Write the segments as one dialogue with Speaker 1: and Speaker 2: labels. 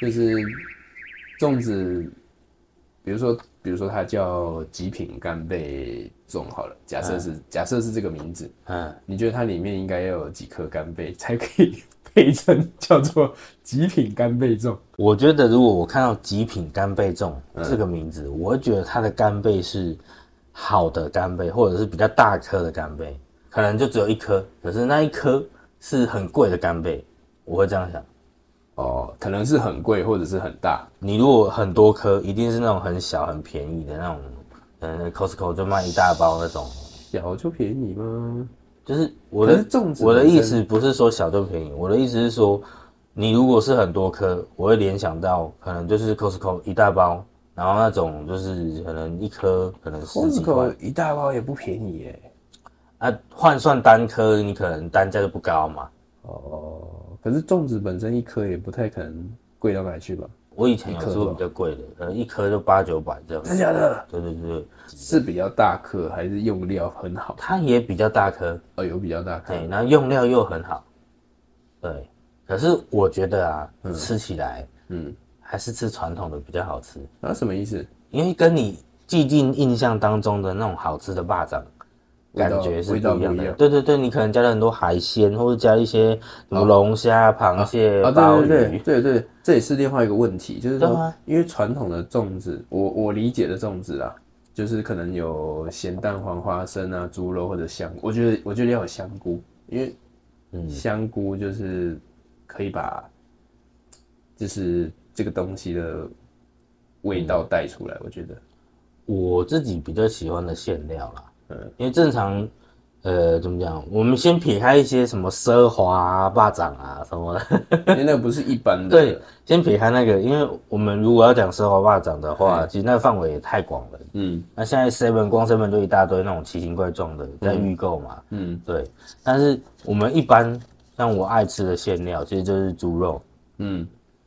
Speaker 1: 就是粽子，比如说，比如说它叫极品干贝粽好了，假设是、假设是这个名字，
Speaker 2: 嗯，
Speaker 1: 你觉得它里面应该要有几颗干贝才可以 配称叫做极品干贝粽？
Speaker 2: 我觉得如果我看到“极品干贝粽”这个名字，我会觉得它的干贝是好的干贝，或者是比较大颗的干贝，可能就只有一颗，可是那一颗是很贵的干贝，我会这样想。
Speaker 1: 哦，可能是很贵或者是很大，
Speaker 2: 你如果很多颗，一定是那种很小、很便宜的那种，嗯，Costco 就卖一大包那种。
Speaker 1: 小就便宜吗？
Speaker 2: 就是我的
Speaker 1: 可是粽子
Speaker 2: 我的
Speaker 1: 本身
Speaker 2: 意思不是说小就便宜，我的意思是说，你如果是很多颗，我会联想到可能就是 Costco 一大包，然后那种就是可能一颗可能十几块
Speaker 1: Costco 一大包也不便宜耶。
Speaker 2: 啊，换算单颗你可能单价就不高嘛。
Speaker 1: 哦，可是粽子本身一颗也不太可能贵到哪里去吧？
Speaker 2: 我以前有
Speaker 1: 一颗
Speaker 2: 吃过比较贵的，可能一颗就八九百这样。
Speaker 1: 真假的？
Speaker 2: 对对对，
Speaker 1: 是比较大颗还是用料很好？
Speaker 2: 它也比较大颗，
Speaker 1: 哦，有比较大颗
Speaker 2: 对，然后用料又很好，对。可是我觉得啊，吃起来，嗯
Speaker 1: 嗯，
Speaker 2: 还是吃传统的比较好吃。
Speaker 1: 那什么意思？
Speaker 2: 因为跟你既定印象当中的那种好吃的霸掌
Speaker 1: 味
Speaker 2: 感
Speaker 1: 道
Speaker 2: 觉是
Speaker 1: 味道
Speaker 2: 不一样
Speaker 1: 不一
Speaker 2: 的。
Speaker 1: 样
Speaker 2: 对对对，你可能加了很多海鲜，或者加一些什么龙虾、螃蟹、
Speaker 1: 啊，
Speaker 2: 鲍
Speaker 1: 对对对
Speaker 2: 鱼。
Speaker 1: 对对，这也是另外一个问题，就是
Speaker 2: 对
Speaker 1: 说
Speaker 2: 啊，
Speaker 1: 因为传统的粽子，我我理解的粽子啊，就是可能有咸蛋黄花生啊、猪肉或者香，我觉得我觉得要有香菇，因为
Speaker 2: 嗯
Speaker 1: 香菇就是可以把就是这个东西的味道带出来，我觉得
Speaker 2: 我自己比较喜欢的馅料啦，
Speaker 1: 嗯
Speaker 2: 因为正常，呃，怎么讲？我们先撇开一些什么奢华啊、霸掌啊什么 的，
Speaker 1: 因为那个不是一般的，
Speaker 2: 对，先撇开那个，因为我们如果要讲奢华霸掌的话，其实那个范围也太广了。
Speaker 1: 嗯
Speaker 2: 那现在 seven 光 seven 就一大堆那种奇形怪状的在预购嘛，
Speaker 1: 嗯
Speaker 2: 对，但是我们一般像我爱吃的馅料，其实就是猪肉，
Speaker 1: 嗯，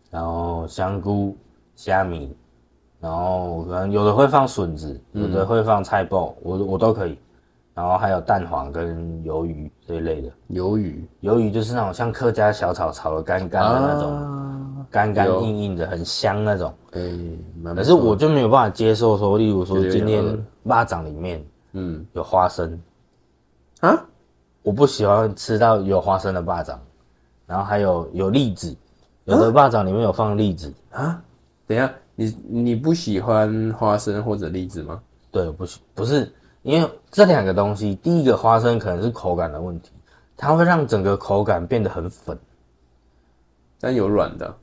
Speaker 2: 然后香菇、虾米，然后可能有的会放笋子，有
Speaker 1: 嗯
Speaker 2: 的会放菜爆，我我都可以。然后还有蛋黄跟鱿鱼这一类的，
Speaker 1: 鱿鱼
Speaker 2: 鱿鱼就是那种像客家小炒炒的干干的那种，
Speaker 1: 种，
Speaker 2: 干干
Speaker 1: 啊有
Speaker 2: 硬硬的，很香那种。
Speaker 1: 哎、蛮不
Speaker 2: 可是
Speaker 1: 错
Speaker 2: 我就没有办法接受说，例如说
Speaker 1: 有点
Speaker 2: 今天
Speaker 1: 饿了
Speaker 2: 蚂蚱里面
Speaker 1: 嗯
Speaker 2: 有花生，
Speaker 1: 啊。
Speaker 2: 我不喜欢吃到有花生的霸掌，然后还有有栗
Speaker 1: 嗯
Speaker 2: 子，有的霸掌里面有放栗子，
Speaker 1: 啊，等一下，你你不喜欢花生或者栗子吗？
Speaker 2: 对，不喜不是因为这两个东西，第一个花生可能是口感的问题，它会让整个口感变得很粉，
Speaker 1: 但有软的，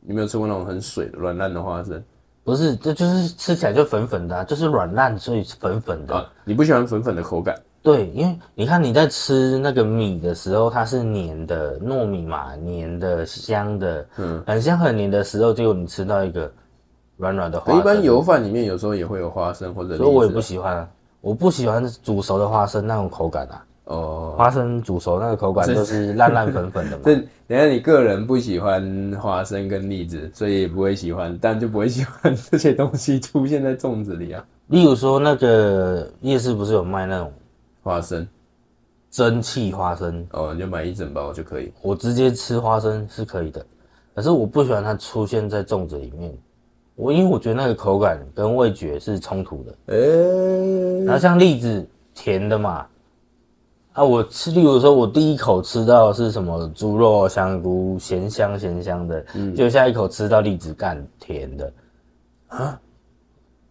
Speaker 1: 你没有吃过那种很水的软烂的花生
Speaker 2: 不是，这就是吃起来就粉粉的啊、就是软烂，所以粉粉的。
Speaker 1: 啊？你不喜欢粉粉的口感？
Speaker 2: 对，因为你看你在吃那个米的时候，它是黏的，糯米嘛，黏的香的，
Speaker 1: 嗯
Speaker 2: 很香很黏的时候，结果你吃到一个软软的花
Speaker 1: 可
Speaker 2: 生，
Speaker 1: 一般油饭里面有时候也会有花生或者栗子啊，
Speaker 2: 所以我也不喜欢啊，我不喜欢煮熟的花生那种口感啊，
Speaker 1: 哦。
Speaker 2: 花生煮熟那个口感
Speaker 1: 这
Speaker 2: 就是烂烂粉粉的嘛。
Speaker 1: 这等一下，你个人不喜欢花生跟栗子，所以也不会喜欢，但就不会喜欢 这些东西出现在粽子里啊。
Speaker 2: 例如说那个夜市不是有卖那种
Speaker 1: 花生
Speaker 2: 蒸汽花生，
Speaker 1: 哦，你就买一整包就可以。
Speaker 2: 我直接吃花生是可以的，可是我不喜欢它出现在粽子里面，我因为我觉得那个口感跟味觉是冲突的。
Speaker 1: 哎、
Speaker 2: 然后像栗子甜的嘛，啊，我吃，例如说，我第一口吃到的是什么猪肉香菇，咸香咸香的，
Speaker 1: 嗯
Speaker 2: 就下一口吃到栗子干甜的，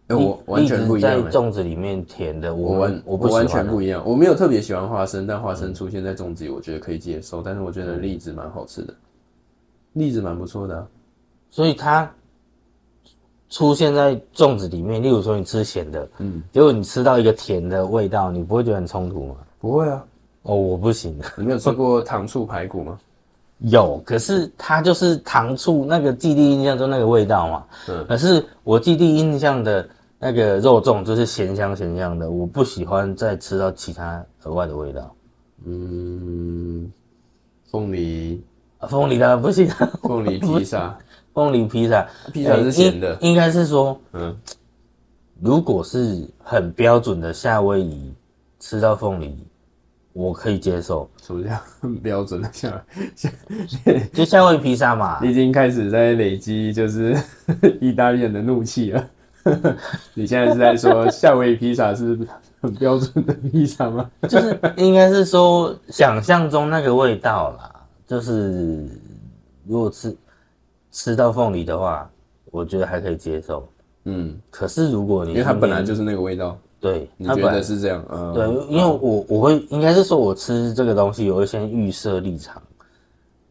Speaker 1: 哎我完
Speaker 2: 栗
Speaker 1: 全不
Speaker 2: 子
Speaker 1: 一样、欸。
Speaker 2: 在粽子里面甜的，我
Speaker 1: 我完
Speaker 2: 我不喜
Speaker 1: 完
Speaker 2: 欢
Speaker 1: 全
Speaker 2: 啊
Speaker 1: 不一样，我没有特别喜欢花生，但花生出现在粽子里，我觉得可以接受。但是我觉得栗子蛮好吃的，栗子蛮不错的啊、
Speaker 2: 所以它出现在粽子里面，例如说你吃咸的，嗯，结果你吃到一个甜的味道，你不会觉得很冲突吗？
Speaker 1: 不会啊，
Speaker 2: 哦，我不行，
Speaker 1: 你没有吃 过糖醋排骨吗？
Speaker 2: 有，可是它就是糖醋那个既定印象中那个味道嘛。
Speaker 1: 嗯
Speaker 2: 可是我既定印象的那个肉粽就是咸香咸香的，我不喜欢再吃到其他额外的味道。
Speaker 1: 嗯，凤梨
Speaker 2: 啊凤梨当然不行，啊
Speaker 1: 凤梨披萨，哎
Speaker 2: 凤梨披萨，
Speaker 1: 披萨是咸的
Speaker 2: 呃应应该是说，
Speaker 1: 嗯
Speaker 2: 如果是很标准的夏威夷吃到凤梨，我可以 接受。
Speaker 1: 什么叫很标准的下？
Speaker 2: 就夏威夷披 萨嘛，
Speaker 1: 你已经开始在累积就是 意大利人的怒气了。 你现在是在说夏威夷披萨是很标准的披萨吗？
Speaker 2: 就是应该是说想象中那个味道啦。就是如果吃吃到凤梨的话，我觉得还可以接受。
Speaker 1: 嗯，
Speaker 2: 可是如果你
Speaker 1: 因为它本来
Speaker 2: 今天
Speaker 1: 就是那个味道，
Speaker 2: 对，
Speaker 1: 你
Speaker 2: 它
Speaker 1: 觉
Speaker 2: 本来
Speaker 1: 得是这样？嗯，
Speaker 2: 对，因为我我会应该是说，我吃这个东西，我会先预设立场，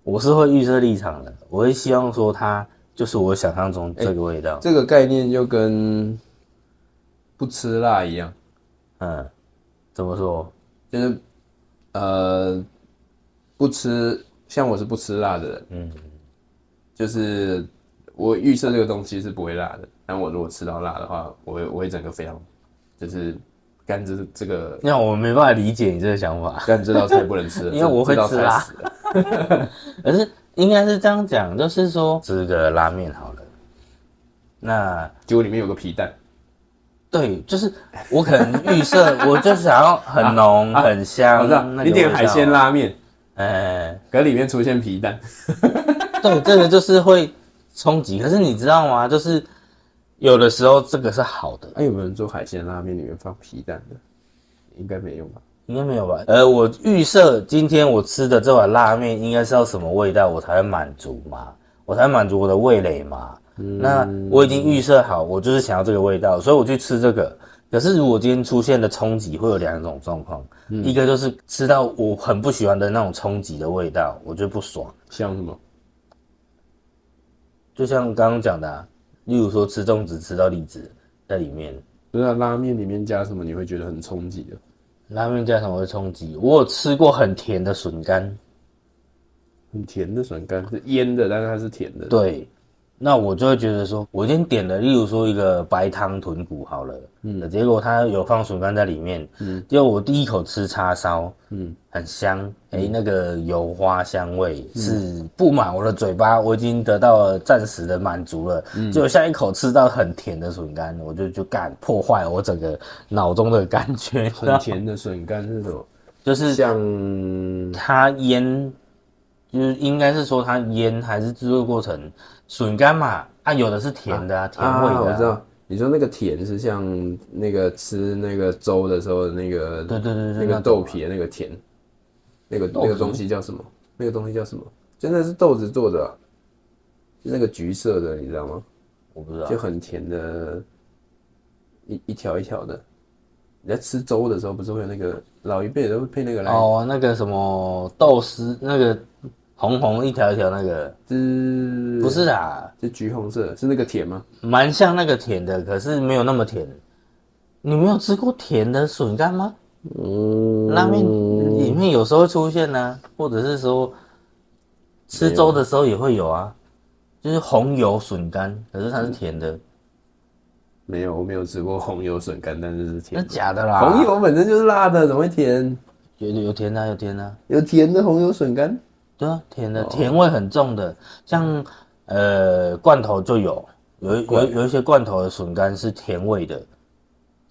Speaker 2: 我是会预设立场的，我会希望说它就是我想象中这
Speaker 1: 哎
Speaker 2: 个味道，
Speaker 1: 这个概念就跟不吃辣一样，
Speaker 2: 嗯，怎么说？
Speaker 1: 就是呃不吃，像我是不吃辣的人，
Speaker 2: 嗯，
Speaker 1: 就是我预设这个东西是不会辣的，但我如果吃到辣的话，我会我会整个非常就是干这这个
Speaker 2: 那我没办法理解你这个想法，
Speaker 1: 干这道菜不能吃了，
Speaker 2: 因为我会
Speaker 1: 这道
Speaker 2: 吃
Speaker 1: 菜
Speaker 2: 辣
Speaker 1: 死了，
Speaker 2: 可是应该是这样讲，就是说吃个拉面好了，那
Speaker 1: 结果里面有个皮蛋，
Speaker 2: 对，就是我可能预 设，我就想要很浓、
Speaker 1: 啊
Speaker 2: 很
Speaker 1: 我
Speaker 2: 香
Speaker 1: 知道，
Speaker 2: 那个
Speaker 1: 你点
Speaker 2: 味道
Speaker 1: 海鲜，拉面，
Speaker 2: 哎。
Speaker 1: 可里面出现皮蛋，
Speaker 2: 对，这个就是会冲击。可是你知道吗？就是有的时候这个是好的，
Speaker 1: 哎、有没有人做海鲜拉面里面放皮蛋的？应该没有吧？
Speaker 2: 应该没有吧？呃，我预设今天我吃的这碗拉面应该是要什么味道，我才会满足嘛，我才满足我的味蕾嘛。那我已经预设好，我就是想要这个味道，所以我去吃这个。可是如果今天出现的冲击，会有两种状况，一个就是吃到我很不喜欢的那种冲击的味道，我就不爽。
Speaker 1: 像什么？
Speaker 2: 就像刚刚讲的、啊，例如说吃粽子吃到栗子在里面，
Speaker 1: 不知道拉面里面加什么你会觉得很冲击的？
Speaker 2: 拉面加什么会冲击？我有吃过很甜的笋干，
Speaker 1: 很甜的笋干是腌的，但是它是甜的。
Speaker 2: 对，那我就会觉得说，我已经点了，例如说一个白汤豚骨好了，嗯，结果它有放笋干在里面，嗯，结果我第一口吃叉烧，
Speaker 1: 嗯
Speaker 2: 嗯，很香，诶、那个油花香味是布满我的嘴巴，我已经得到了暂时的满足了，结果下一口吃到很甜的笋干，我就就干破坏我整个脑中的感觉，
Speaker 1: 很甜的笋干是什么？
Speaker 2: 就是
Speaker 1: 像
Speaker 2: 它腌，就是应该是说它腌还是制作过程，笋干嘛，啊，有的是甜的啊，甜味的、
Speaker 1: 啊，我知。道。你说那个甜是像那个吃那个粥的时候的那个，
Speaker 2: 对对对对
Speaker 1: 那个
Speaker 2: 那
Speaker 1: 豆
Speaker 2: 种
Speaker 1: 皮的那个甜，那个
Speaker 2: 豆
Speaker 1: 那个
Speaker 2: 子
Speaker 1: 东西叫什么？那个东西叫什么？真的是豆子做的啊、就那个橘色的，你知道吗？
Speaker 2: 我不知道
Speaker 1: 就，很甜的，一一条一条的。你在吃粥的时候，不是会有那个老一辈都会配那个来
Speaker 2: 哦，那个什么豆丝，那个红红一条一条那个，
Speaker 1: 汁？
Speaker 2: 不是啦，
Speaker 1: 是橘红色，是那个甜吗？
Speaker 2: 蛮像那个甜的，可是没有那么甜。你没有吃过甜的笋干吗？
Speaker 1: 嗯，
Speaker 2: 拉面里面有时候会出现呢、或者是说吃粥的时候也会有啊，就是红油笋干，可是它
Speaker 1: 嗯
Speaker 2: 是甜的，
Speaker 1: 没有，我没有吃过红油笋干，但是是
Speaker 2: 那
Speaker 1: 甜。
Speaker 2: 假的啦。
Speaker 1: 红油本身就是辣的，怎么会甜？
Speaker 2: 有有甜的啊、有甜的啊、
Speaker 1: 有甜的红油笋干，
Speaker 2: 对啊，甜
Speaker 1: 哦
Speaker 2: 的，甜味很重的，
Speaker 1: 嗯
Speaker 2: 像呃罐头就有，有一有一有一些罐头的笋干是甜味的，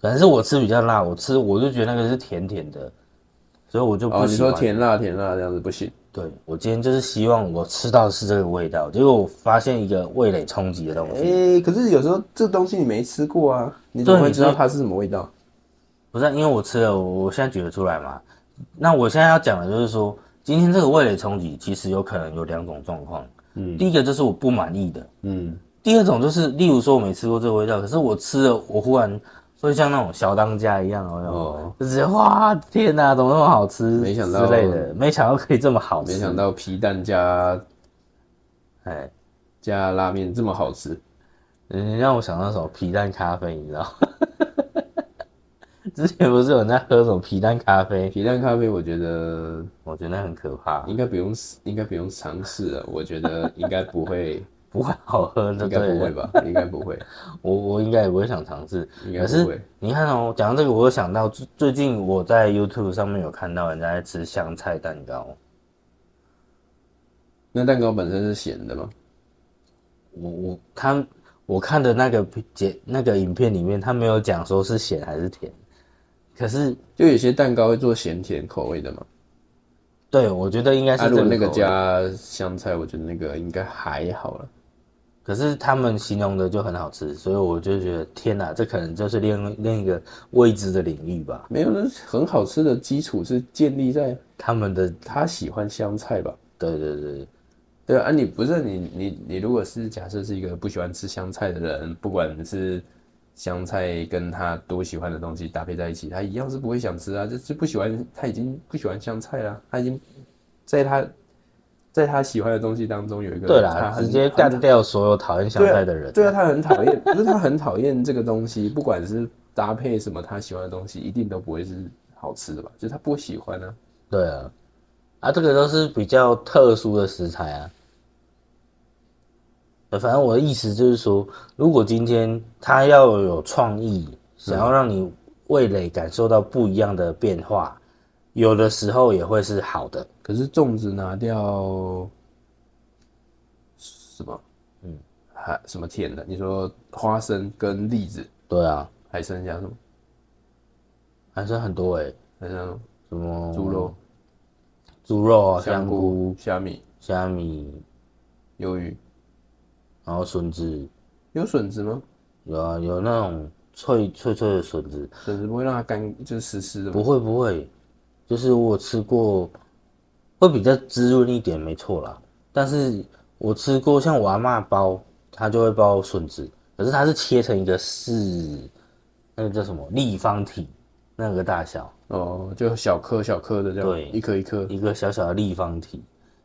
Speaker 2: 可能是我吃比较辣，我吃我就觉得那个是甜甜的，所以我就
Speaker 1: 哦，
Speaker 2: 不
Speaker 1: 你
Speaker 2: 喜
Speaker 1: 说
Speaker 2: 欢。
Speaker 1: 甜辣甜辣这样子不行。
Speaker 2: 对我今天就是希望我吃到的是这个味道，结果我发现一个味蕾冲击的东西，
Speaker 1: 哎，可是有时候这东西你没吃过啊，你怎么
Speaker 2: 对
Speaker 1: 会
Speaker 2: 你
Speaker 1: 知道
Speaker 2: 所以
Speaker 1: 它是什么味道？
Speaker 2: 不是啊因为我吃了，我我现在举得出来嘛。那我现在要讲的就是说，今天这个味蕾冲击其实有可能有两种状况，嗯，第一个就是我不满意的，
Speaker 1: 嗯，
Speaker 2: 第二种就是，例如说我没吃过这个味道，可是我吃了，我忽然会像那种小当家一样，有没有
Speaker 1: 哦
Speaker 2: 就直接哇天哪、怎么那么好吃？
Speaker 1: 没想到
Speaker 2: 之类的，没想到可以这么好吃。
Speaker 1: 没想，到皮蛋加
Speaker 2: 哎，
Speaker 1: 加拉面这么好吃。
Speaker 2: 你让我想到什么皮蛋咖啡，你知道？ 之前不是有人在喝什么皮蛋咖啡？
Speaker 1: 皮蛋咖啡，我觉得
Speaker 2: 我觉得很可怕，
Speaker 1: 应该不用，应该不用尝试了。我觉得应该不 会，
Speaker 2: 不会好喝的，
Speaker 1: 应该
Speaker 2: 对
Speaker 1: 不
Speaker 2: 了
Speaker 1: 会吧？应该不会，
Speaker 2: 我我应该也不会想尝试。
Speaker 1: 应该
Speaker 2: 可
Speaker 1: 不
Speaker 2: 是
Speaker 1: 会。
Speaker 2: 你看哦，讲到这个，我有想到最最近我在 YouTube 上面有看到人家在吃香菜蛋糕。
Speaker 1: 那蛋糕本身是咸的吗？
Speaker 2: 我我他我看的那个片节那个影片里面，他没有讲说是咸还是甜，可是
Speaker 1: 就有些蛋糕会做咸甜口味的嘛。
Speaker 2: 对我觉得应该是
Speaker 1: 啊，如果
Speaker 2: 这
Speaker 1: 那个
Speaker 2: 口味
Speaker 1: 加香菜，我觉得那个应该还好了。
Speaker 2: 可是他们形容的就很好吃，所以我就觉得天哪，这可能就是另另一个未知的领域吧。
Speaker 1: 没有，那很好吃的基础是建立在
Speaker 2: 他们的
Speaker 1: 他喜欢香菜吧？
Speaker 2: 对对对，
Speaker 1: 对啊，啊你不是你你你如果是假设是一个不喜欢吃香菜的人，不管是香菜跟他多喜欢的东西搭配在一起，他一样是不会想吃啊，就是不喜欢，他已经不喜欢香菜啦，他已经在他在他喜欢的东西当中有一个
Speaker 2: 对
Speaker 1: 他
Speaker 2: 啦，
Speaker 1: 很
Speaker 2: 直接干掉所有讨厌香菜的人。
Speaker 1: 对啊，他很讨厌，不是他很讨厌这个东西，不管是搭配什么他喜欢的东西，一定都不会是好吃的吧？就是他不喜欢啊。
Speaker 2: 对啊，啊，这个都是比较特殊的食材啊。呃反正我的意思就是说，如果今天他要有创意，想要让你味蕾感受到不一样的变化，有的时候也会是好的。
Speaker 1: 可是粽子拿掉什么？嗯，还什么甜的？你说花生跟栗子，
Speaker 2: 对啊，
Speaker 1: 还剩下什么？
Speaker 2: 还是很多诶、欸
Speaker 1: 还剩下什么
Speaker 2: 什么
Speaker 1: 猪肉、
Speaker 2: 猪肉啊、哦香菇、
Speaker 1: 菇、虾米、
Speaker 2: 虾米，
Speaker 1: 鱿鱼，
Speaker 2: 然后笋子，
Speaker 1: 有笋子吗？
Speaker 2: 有啊，有那种脆脆脆的笋子，
Speaker 1: 笋子不会让它干，就是湿湿的吗。
Speaker 2: 不会不会，就是我吃过，会比较滋润一点，没错啦。但是我吃过像我阿嬷包，她就会包笋子，可是它是切成一个四，那个叫什么立方体那个大小，
Speaker 1: 哦，就小颗小颗的这样，
Speaker 2: 对
Speaker 1: 一颗一颗。
Speaker 2: 一个小小的立方体，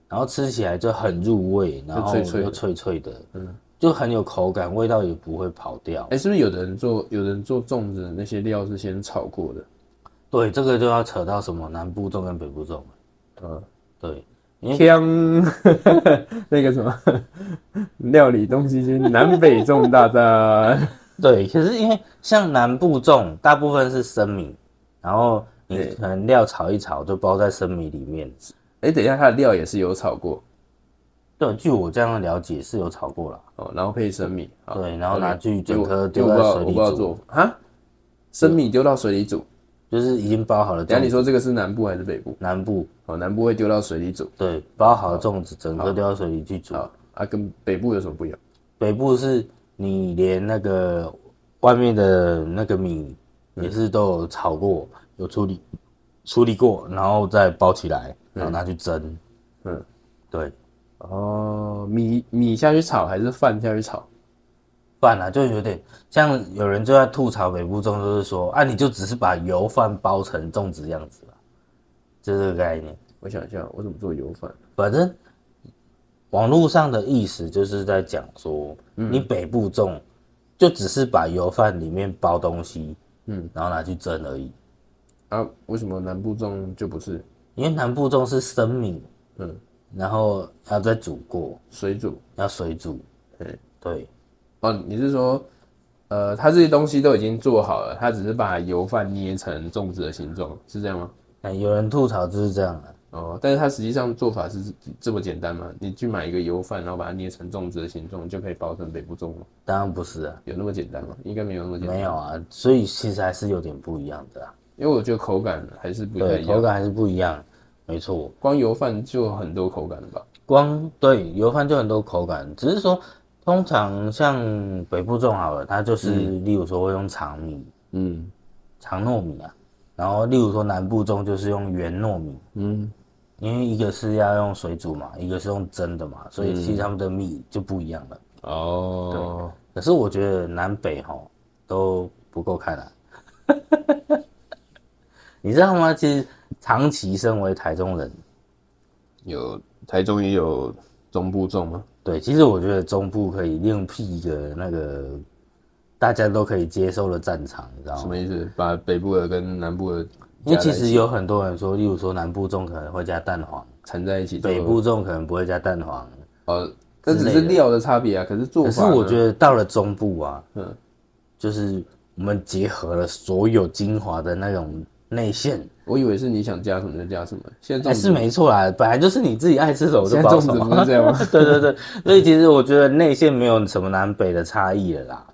Speaker 2: 然后吃起来就很入味，然后
Speaker 1: 脆脆的
Speaker 2: 又脆脆的，嗯，就很有口感，味道也不会跑掉。
Speaker 1: 哎、是不是有的人做，有的人做粽子那些料是先炒过的？
Speaker 2: 对，这个就要扯到什么南部粽跟北部粽了，
Speaker 1: 嗯，
Speaker 2: 对，
Speaker 1: 锵， 那个什么 料理东西区南北粽大战。
Speaker 2: 对，可是因为像南部粽，大部分是生米，然后你
Speaker 1: 对
Speaker 2: 可能料炒一炒就包在生米里面。
Speaker 1: 哎、等一下，它的料也是有炒过
Speaker 2: 对，据我这样的了解是有炒过了，
Speaker 1: 哦，然后配生米，哦好
Speaker 2: 对然后拿去
Speaker 1: OK
Speaker 2: 整颗
Speaker 1: 因为
Speaker 2: 丢
Speaker 1: 我
Speaker 2: 在
Speaker 1: 因为我
Speaker 2: 水
Speaker 1: 不
Speaker 2: 里
Speaker 1: 知道我不知道
Speaker 2: 煮
Speaker 1: 做啊，生米丢到水里煮。
Speaker 2: 就是已经包好了
Speaker 1: 等一下
Speaker 2: 粽
Speaker 1: 你
Speaker 2: 子，
Speaker 1: 说这个是南部还是北部？
Speaker 2: 南部
Speaker 1: 哦，南部会丢到水里煮，
Speaker 2: 对，包好了粽子整颗丢到水里去煮，
Speaker 1: 好啊，跟北部有什么不一样？
Speaker 2: 北部是你连那个外面的那个米
Speaker 1: 嗯
Speaker 2: 也是都有炒过，有处理处理过，然后再包起来，然后拿去蒸。
Speaker 1: 嗯，
Speaker 2: 对，
Speaker 1: 哦，米米下去炒还是饭下去炒？
Speaker 2: 饭啊，就有点像有人就在吐槽北部粽，就是说啊，你就只是把油饭包成粽子样子吧，就这个概念。
Speaker 1: 我想一下，我怎么做油饭？
Speaker 2: 反正网络上的意思就是在讲说，
Speaker 1: 嗯
Speaker 2: 你北部粽就只是把油饭里面包东西，嗯，然后拿去蒸而已。
Speaker 1: 啊，为什么南部粽就不是
Speaker 2: 因为南部粽是生米，
Speaker 1: 嗯，
Speaker 2: 然后要再煮过，
Speaker 1: 水煮？
Speaker 2: 要水煮，
Speaker 1: 对
Speaker 2: 对
Speaker 1: 哦，你是说，呃，他这些东西都已经做好了，他只是把油饭捏成粽子的形状，是这样吗？
Speaker 2: 那有人吐槽就是这样啊，
Speaker 1: 哦，但是它实际上做法是这么简单吗？你去买一个油饭，然后把它捏成粽子的形状，就可以包成北部粽吗？
Speaker 2: 当然不是啊，
Speaker 1: 有那么简单吗？应该没有那么简单，
Speaker 2: 没有啊，所以其实还是有点不一样的啊。
Speaker 1: 因为我觉得口感还是不太
Speaker 2: 对，
Speaker 1: 一
Speaker 2: 口
Speaker 1: 样。
Speaker 2: 感还是不一样，没错。
Speaker 1: 光油饭就很多口感了吧？
Speaker 2: 光对油饭就很多口感，只是说通常像北部种好了，它就是、例如说会用长米、
Speaker 1: 嗯
Speaker 2: 长糯米啊，然后例如说南部种就是用圆糯米，
Speaker 1: 嗯，
Speaker 2: 因为一个是要用水煮嘛，一个是用蒸的嘛，所以其实他们的米就不一样了。
Speaker 1: 哦，
Speaker 2: 可是我觉得南北吼都不够看啊， 你知道吗？其实长期身为台中人，
Speaker 1: 有台中也有中部粽吗？
Speaker 2: 对，其实我觉得中部可以另辟一个那个大家都可以接受的战场，你知道
Speaker 1: 什
Speaker 2: 吗？
Speaker 1: 么意思？把北部的跟南部的
Speaker 2: 因为其
Speaker 1: 加在一
Speaker 2: 实
Speaker 1: 起
Speaker 2: 有很多人说，例如说南部粽可能会加蛋黄，
Speaker 1: 缠在一起做，
Speaker 2: 北部粽可能不会加蛋黄，
Speaker 1: 呃，这只是料的差别啊，可是做
Speaker 2: 可是
Speaker 1: 法呢，
Speaker 2: 我觉得到了中部啊，
Speaker 1: 嗯
Speaker 2: 就是我们结合了所有精华的那种内馅，
Speaker 1: 我以为是你想加什么就加什么，现在
Speaker 2: 还
Speaker 1: 粽子
Speaker 2: 是没错啦，本来就是你自己爱吃什么就
Speaker 1: 现在
Speaker 2: 包
Speaker 1: 粽
Speaker 2: 什
Speaker 1: 子
Speaker 2: 么
Speaker 1: 不。是这样吗？嗯
Speaker 2: 对对对，所以其实我觉得内馅没有什么南北的差异了啦。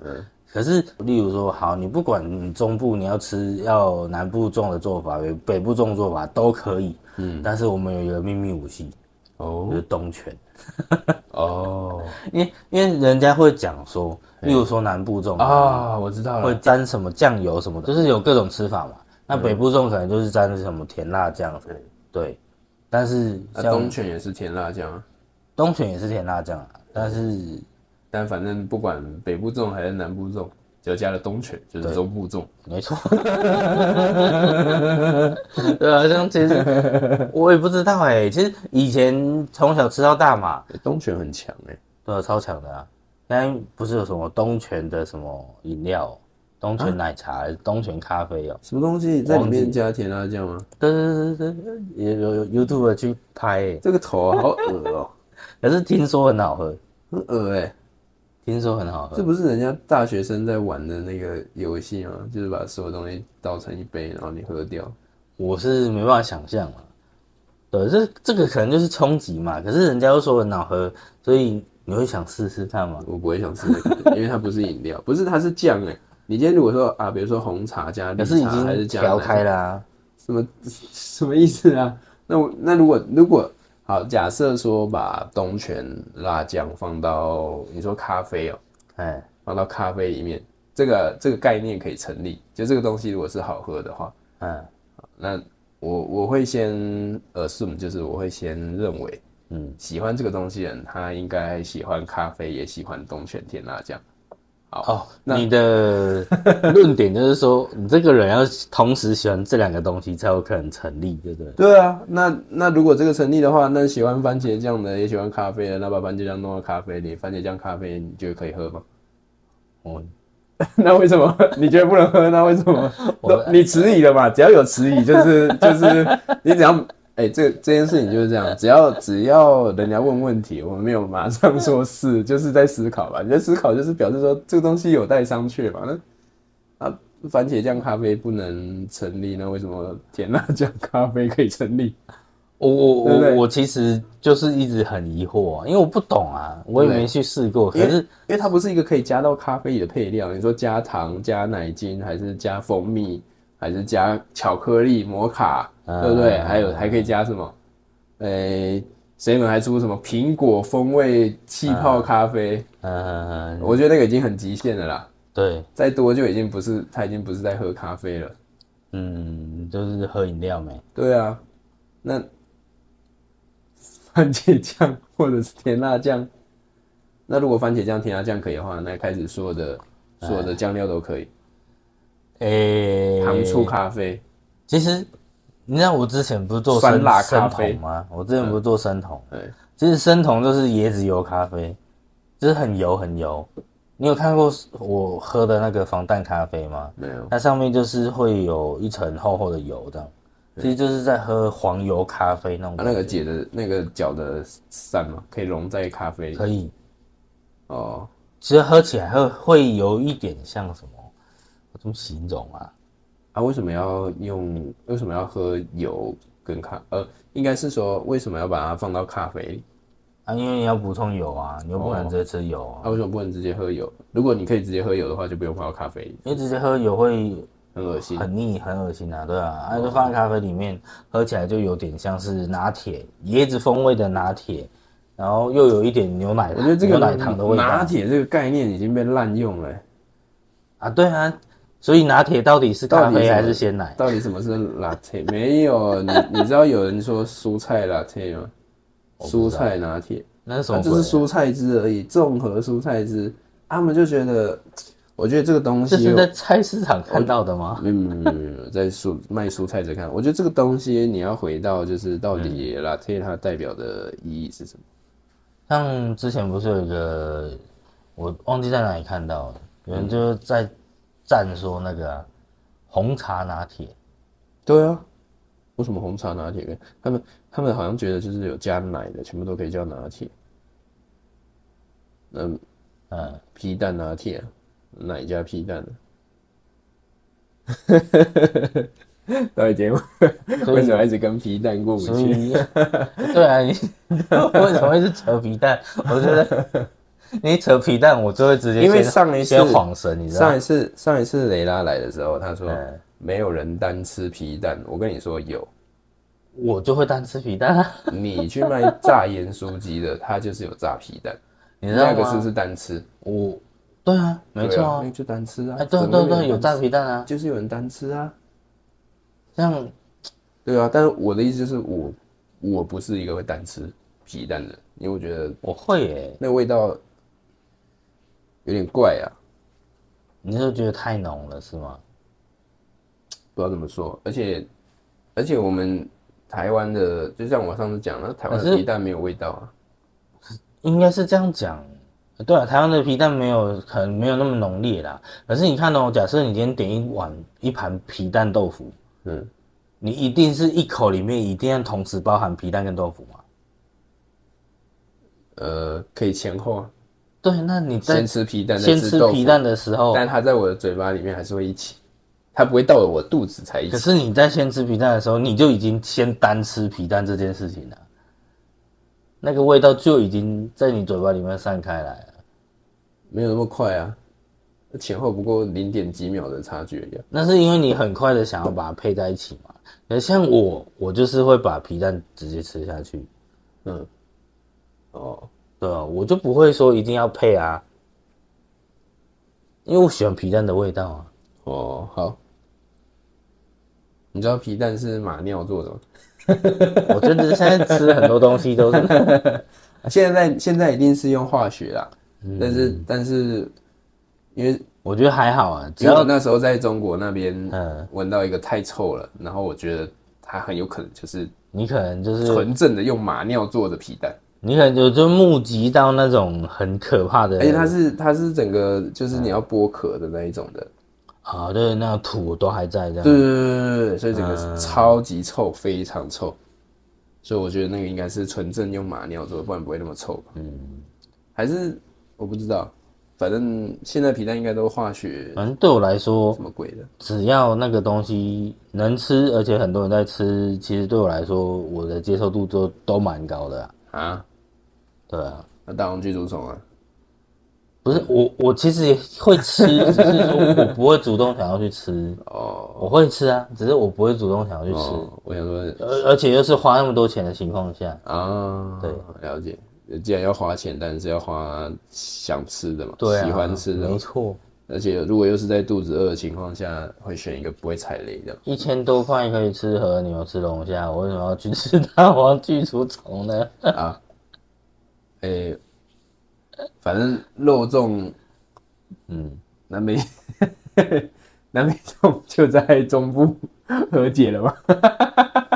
Speaker 2: 可是，例如说，好，你不管你中部你要吃要南部种的做法，北北部种的做法都可以。嗯，但是我们有一个秘密武器，就
Speaker 1: 哦
Speaker 2: 是东泉。
Speaker 1: 哦
Speaker 2: 因为因为人家会讲说，例如说南部种的
Speaker 1: 哎啊，我知道
Speaker 2: 会
Speaker 1: 了，
Speaker 2: 沾什么酱油什么的，就是有各种吃法嘛。那
Speaker 1: 嗯
Speaker 2: 北部种可能就是沾什么甜辣酱之类的，对。但是
Speaker 1: 啊
Speaker 2: 像
Speaker 1: 东泉也是甜辣酱啊，
Speaker 2: 东泉也是甜辣酱啊，但是
Speaker 1: 但反正不管北部种还是南部种，只要加了东泉就是中部种。
Speaker 2: 没错， 对啊，像其实 我也不知道哎、其实以前从小吃到大嘛，
Speaker 1: 欸东泉很强哎、
Speaker 2: 对啊，超强的啊。现在不是有什么东泉的什么饮料哦、东泉奶茶、还是东泉咖啡哦、
Speaker 1: 什么东西在里
Speaker 2: 忘
Speaker 1: 面
Speaker 2: 记
Speaker 1: 加甜辣酱吗？
Speaker 2: 对对对对对，也有有 YouTube 去拍、欸，
Speaker 1: 这个头好恶哦、
Speaker 2: 可是听说很好喝，
Speaker 1: 很恶哎、
Speaker 2: 听说很好喝
Speaker 1: 这。不是人家大学生在玩的那个游戏吗？就是把所有东西倒成一杯，然后你喝掉。
Speaker 2: 我是没办法想象了。对，这这个可能就是冲击嘛，可是人家又说很好喝，所以你会想试试看吗？
Speaker 1: 我不会想吃那个，因为它不是饮料，不是它是酱哎、你今天如果说啊，比如说红茶加绿
Speaker 2: 可是已
Speaker 1: 茶还
Speaker 2: 经
Speaker 1: 是加
Speaker 2: 调
Speaker 1: 奶
Speaker 2: 开啦、
Speaker 1: 什么 什么意思啊？那我那如果如果好，假设说把东泉辣酱放到你说咖啡哦、
Speaker 2: 哎，
Speaker 1: 放到咖啡里面，这个这个概念可以成立。就这个东西如果是好喝的话，
Speaker 2: 嗯
Speaker 1: 那我我会先 assume，就是我会先认为
Speaker 2: 嗯，
Speaker 1: 喜欢这个东西的人，他应该喜欢咖啡，也喜欢东泉甜辣酱。
Speaker 2: 哦，你 的论点就是说，你这个人要同时喜欢这两个东西才有可能成立，对不对？
Speaker 1: 对啊，那那如果这个成立的话，那喜欢番茄酱的也喜欢咖啡的，那把番茄酱弄到咖啡里，番茄酱咖啡你觉得可以喝吗？
Speaker 2: 我
Speaker 1: 那为什么你觉得不能喝？那为什么？
Speaker 2: 我
Speaker 1: 都你迟疑了嘛？只要有迟疑，就是就是你只要哎、这这件事情就是这样，只要只要人家问问题，我们没有马上说是，就是在思考吧。你在思考就是表示说这个东西有待商榷嘛。那啊，番茄酱咖啡不能成立，那为什么甜辣酱咖啡可以成立？
Speaker 2: 我我
Speaker 1: 对不对
Speaker 2: 我我其实就是一直很疑惑、因为我不懂啊，我也
Speaker 1: 对
Speaker 2: 没去试过，可
Speaker 1: 因为
Speaker 2: 是
Speaker 1: 因为它不是一个可以加到咖啡里的配料，你说加糖、加奶精，还是加蜂蜜，还是加巧克力、摩卡，
Speaker 2: 啊
Speaker 1: 对不对？还有还可以加什么？呃、谁们还出什么苹果风味气泡咖啡？
Speaker 2: 啊嗯、
Speaker 1: 我觉得那个已经很极限了啦，
Speaker 2: 对，
Speaker 1: 再多就已经不是，他已经不是在喝咖啡了。
Speaker 2: 嗯，就是喝饮料没。
Speaker 1: 对啊，那番茄酱或者是甜辣酱，那如果番茄酱、甜辣酱可以的话，那开始所有的所
Speaker 2: 哎
Speaker 1: 有的酱料都可以，
Speaker 2: 诶、
Speaker 1: 糖醋咖啡，
Speaker 2: 其实你知道我之前不是做
Speaker 1: 酸
Speaker 2: 生
Speaker 1: 辣咖
Speaker 2: 生
Speaker 1: 啡嗯
Speaker 2: 酮吗？我之前不是做生酮，
Speaker 1: 对，
Speaker 2: 其实生酮就是椰子油咖啡，就是很油很油。你有看过我喝的那个防弹咖啡吗？
Speaker 1: 没有，
Speaker 2: 它上面就是会有一层厚厚的油，这样，其实就是在喝黄油咖啡那种
Speaker 1: 啊、
Speaker 2: 感觉。
Speaker 1: 那个解的那个搅的散嘛，可以溶在咖啡里
Speaker 2: 可以，
Speaker 1: 哦，
Speaker 2: 其实喝起来会会有一点像什么？我怎么形容啊？
Speaker 1: 啊，为什么要用？为什么要喝油跟咖？呃，应该是说为什么要把它放到咖啡里？
Speaker 2: 啊，因为你要补充油啊，你又不能直接吃油啊，
Speaker 1: 啊，为什么不能直接喝油？如果你可以直接喝油的话，就不用放到咖啡里，
Speaker 2: 因为直接喝油会
Speaker 1: 很恶心。
Speaker 2: 很腻、很恶心啊，对啊，啊，
Speaker 1: 哦
Speaker 2: 就放在咖啡里面，喝起来就有点像是拿铁，椰子风味的拿铁，然后又有一点牛奶，
Speaker 1: 我觉得这个
Speaker 2: 牛奶糖的味
Speaker 1: 拿
Speaker 2: 道
Speaker 1: 铁这个概念已经被滥用了欸、
Speaker 2: 啊，对啊，所以拿铁到底是咖啡还是鲜奶？
Speaker 1: 到底什么是 latte？没 有，你你知道有人说蔬菜 latte 吗？蔬菜拿铁，
Speaker 2: 那是什
Speaker 1: 它、
Speaker 2: 么鬼、
Speaker 1: 啊
Speaker 2: 啊
Speaker 1: 就是蔬菜汁而已，综合蔬菜汁。啊他们就觉得，我觉得这个东
Speaker 2: 这
Speaker 1: 西哦
Speaker 2: 是在菜市场看到 的吗？
Speaker 1: 没有没有没有没有，在蔬卖蔬菜者看，我觉得这个东西你要回到就是到底
Speaker 2: 嗯
Speaker 1: latte 它代表的意义是什么？
Speaker 2: 像之前不是有一个，我忘记在哪里看到的，
Speaker 1: 嗯
Speaker 2: 有人就是在赞说那个啊、红茶拿铁。
Speaker 1: 对啊，为什么红茶拿铁跟他们他们好像觉得就是有加奶的全部都可以叫拿铁，嗯，
Speaker 2: 嗯，
Speaker 1: 皮蛋拿铁啊、奶加皮蛋、啊。到底结果
Speaker 2: 所
Speaker 1: 为
Speaker 2: 以
Speaker 1: 什么一直跟皮蛋过不
Speaker 2: 所
Speaker 1: 去？
Speaker 2: 以，对啊，你为什么会是扯皮蛋？我觉得你一扯皮蛋，我就会直接
Speaker 1: 因为
Speaker 2: 先
Speaker 1: 上一次
Speaker 2: 先晃神，你知道
Speaker 1: 上
Speaker 2: 吗？
Speaker 1: 一次上一次雷拉来的时候，他说
Speaker 2: 嗯
Speaker 1: 没有人单吃皮蛋，我跟你说有，
Speaker 2: 我就会单吃皮蛋啊，
Speaker 1: 你去卖炸盐酥鸡的，他就是有炸皮蛋，
Speaker 2: 你知道
Speaker 1: 那个是不
Speaker 2: 吗？
Speaker 1: 是单吃？
Speaker 2: 我，对啊，没
Speaker 1: 对
Speaker 2: 错
Speaker 1: 啊，
Speaker 2: 啊
Speaker 1: 那，就单吃啊，
Speaker 2: 哎，对
Speaker 1: 怎么
Speaker 2: 对
Speaker 1: 会没
Speaker 2: 对，有
Speaker 1: 人单
Speaker 2: 炸
Speaker 1: 吃，
Speaker 2: 皮蛋啊，
Speaker 1: 就是有人单吃啊，
Speaker 2: 像
Speaker 1: 对啊，但是我的意思就是我我不是一个会单吃皮蛋的，因为我觉得
Speaker 2: 我会耶，
Speaker 1: 那味道有点怪啊，
Speaker 2: 你就觉得太浓了是吗？
Speaker 1: 不知道怎么说，而且而且我们台湾的，就像我上次讲了，台湾
Speaker 2: 可
Speaker 1: 的
Speaker 2: 是
Speaker 1: 皮蛋没有味道啊，
Speaker 2: 应该是这样讲。对啊，台湾的皮蛋没有可能没有那么浓烈啦。可是你看哦，假设你今天点一碗一盘皮蛋豆腐，
Speaker 1: 嗯，
Speaker 2: 你一定是一口里面一定要同时包含皮蛋跟豆腐嘛？
Speaker 1: 呃，可以前后啊，
Speaker 2: 对，那你在
Speaker 1: 先吃皮蛋，再
Speaker 2: 先
Speaker 1: 吃
Speaker 2: 吃
Speaker 1: 豆腐啊
Speaker 2: 皮，蛋的时候，
Speaker 1: 但它在我的嘴巴里面还是会一起，它不会到了我肚子才一
Speaker 2: 可
Speaker 1: 起，
Speaker 2: 是你在先吃皮蛋的时候，你就已经先单吃皮蛋这件事情了，那个味道就已经在你嘴巴里面散开来了。
Speaker 1: 没有那么快啊，前后不过零点几秒的差距而已啊。
Speaker 2: 那是因为你很快的想要把它配在一起嘛。可是像我，我就是会把皮蛋直接吃下去，
Speaker 1: 嗯，哦，
Speaker 2: 对吧？我就不会说一定要配啊，因为我喜欢皮蛋的味道啊。
Speaker 1: 哦，好。你知道皮蛋是马尿做的吗？
Speaker 2: 我真的现在吃很多东西都是
Speaker 1: 现在现在一定是用化学啦，
Speaker 2: 嗯
Speaker 1: 但是但是，因为
Speaker 2: 我觉得还好啊，只
Speaker 1: 只有
Speaker 2: 要
Speaker 1: 那时候在中国那边
Speaker 2: 嗯，
Speaker 1: 闻到一个太臭了，然后我觉得它很有可能就是
Speaker 2: 你可能就是
Speaker 1: 纯正的用马尿做的皮蛋，
Speaker 2: 你可能就就目击到那种很可怕的，
Speaker 1: 而且它是它是整个就是
Speaker 2: 嗯
Speaker 1: 你要剥壳的那一种的，
Speaker 2: 啊，对，那土都还在这
Speaker 1: 对对
Speaker 2: 样。
Speaker 1: 对对对对，所以整个
Speaker 2: 嗯
Speaker 1: 是超级臭，非常臭，所以我觉得那个应该是纯正用马尿做的，不然不会那么臭吧？嗯，还是我不知道，反正现在皮蛋应该都化学
Speaker 2: 反正对我来说
Speaker 1: 什，么鬼的，
Speaker 2: 只要那个东西能吃，而且很多人在吃，其实对我来说，我的接受度都都蛮高的、啊。
Speaker 1: 啊，
Speaker 2: 对啊，
Speaker 1: 那大王巨足虫啊，
Speaker 2: 不是我，我其实也会吃，只是说我不会主动想要去吃。
Speaker 1: 哦，
Speaker 2: 我会吃啊，只是我不会主动想要去吃，
Speaker 1: 哦，我想说
Speaker 2: 而、而且又是花那么多钱的情况下，
Speaker 1: 啊，对，了解。既然要花钱，但是要花想吃的嘛，
Speaker 2: 对啊，
Speaker 1: 喜欢吃的
Speaker 2: 没
Speaker 1: 嘛，
Speaker 2: 错，
Speaker 1: 而且如果又是在肚子饿的情况下，会选一个不会踩雷的。
Speaker 2: 一千多块可以吃和牛、吃龙虾， 我为什么要去吃大王巨除虫呢？
Speaker 1: 啊，诶、反正肉粽，嗯，南北 南北粽就在中部和解了吧？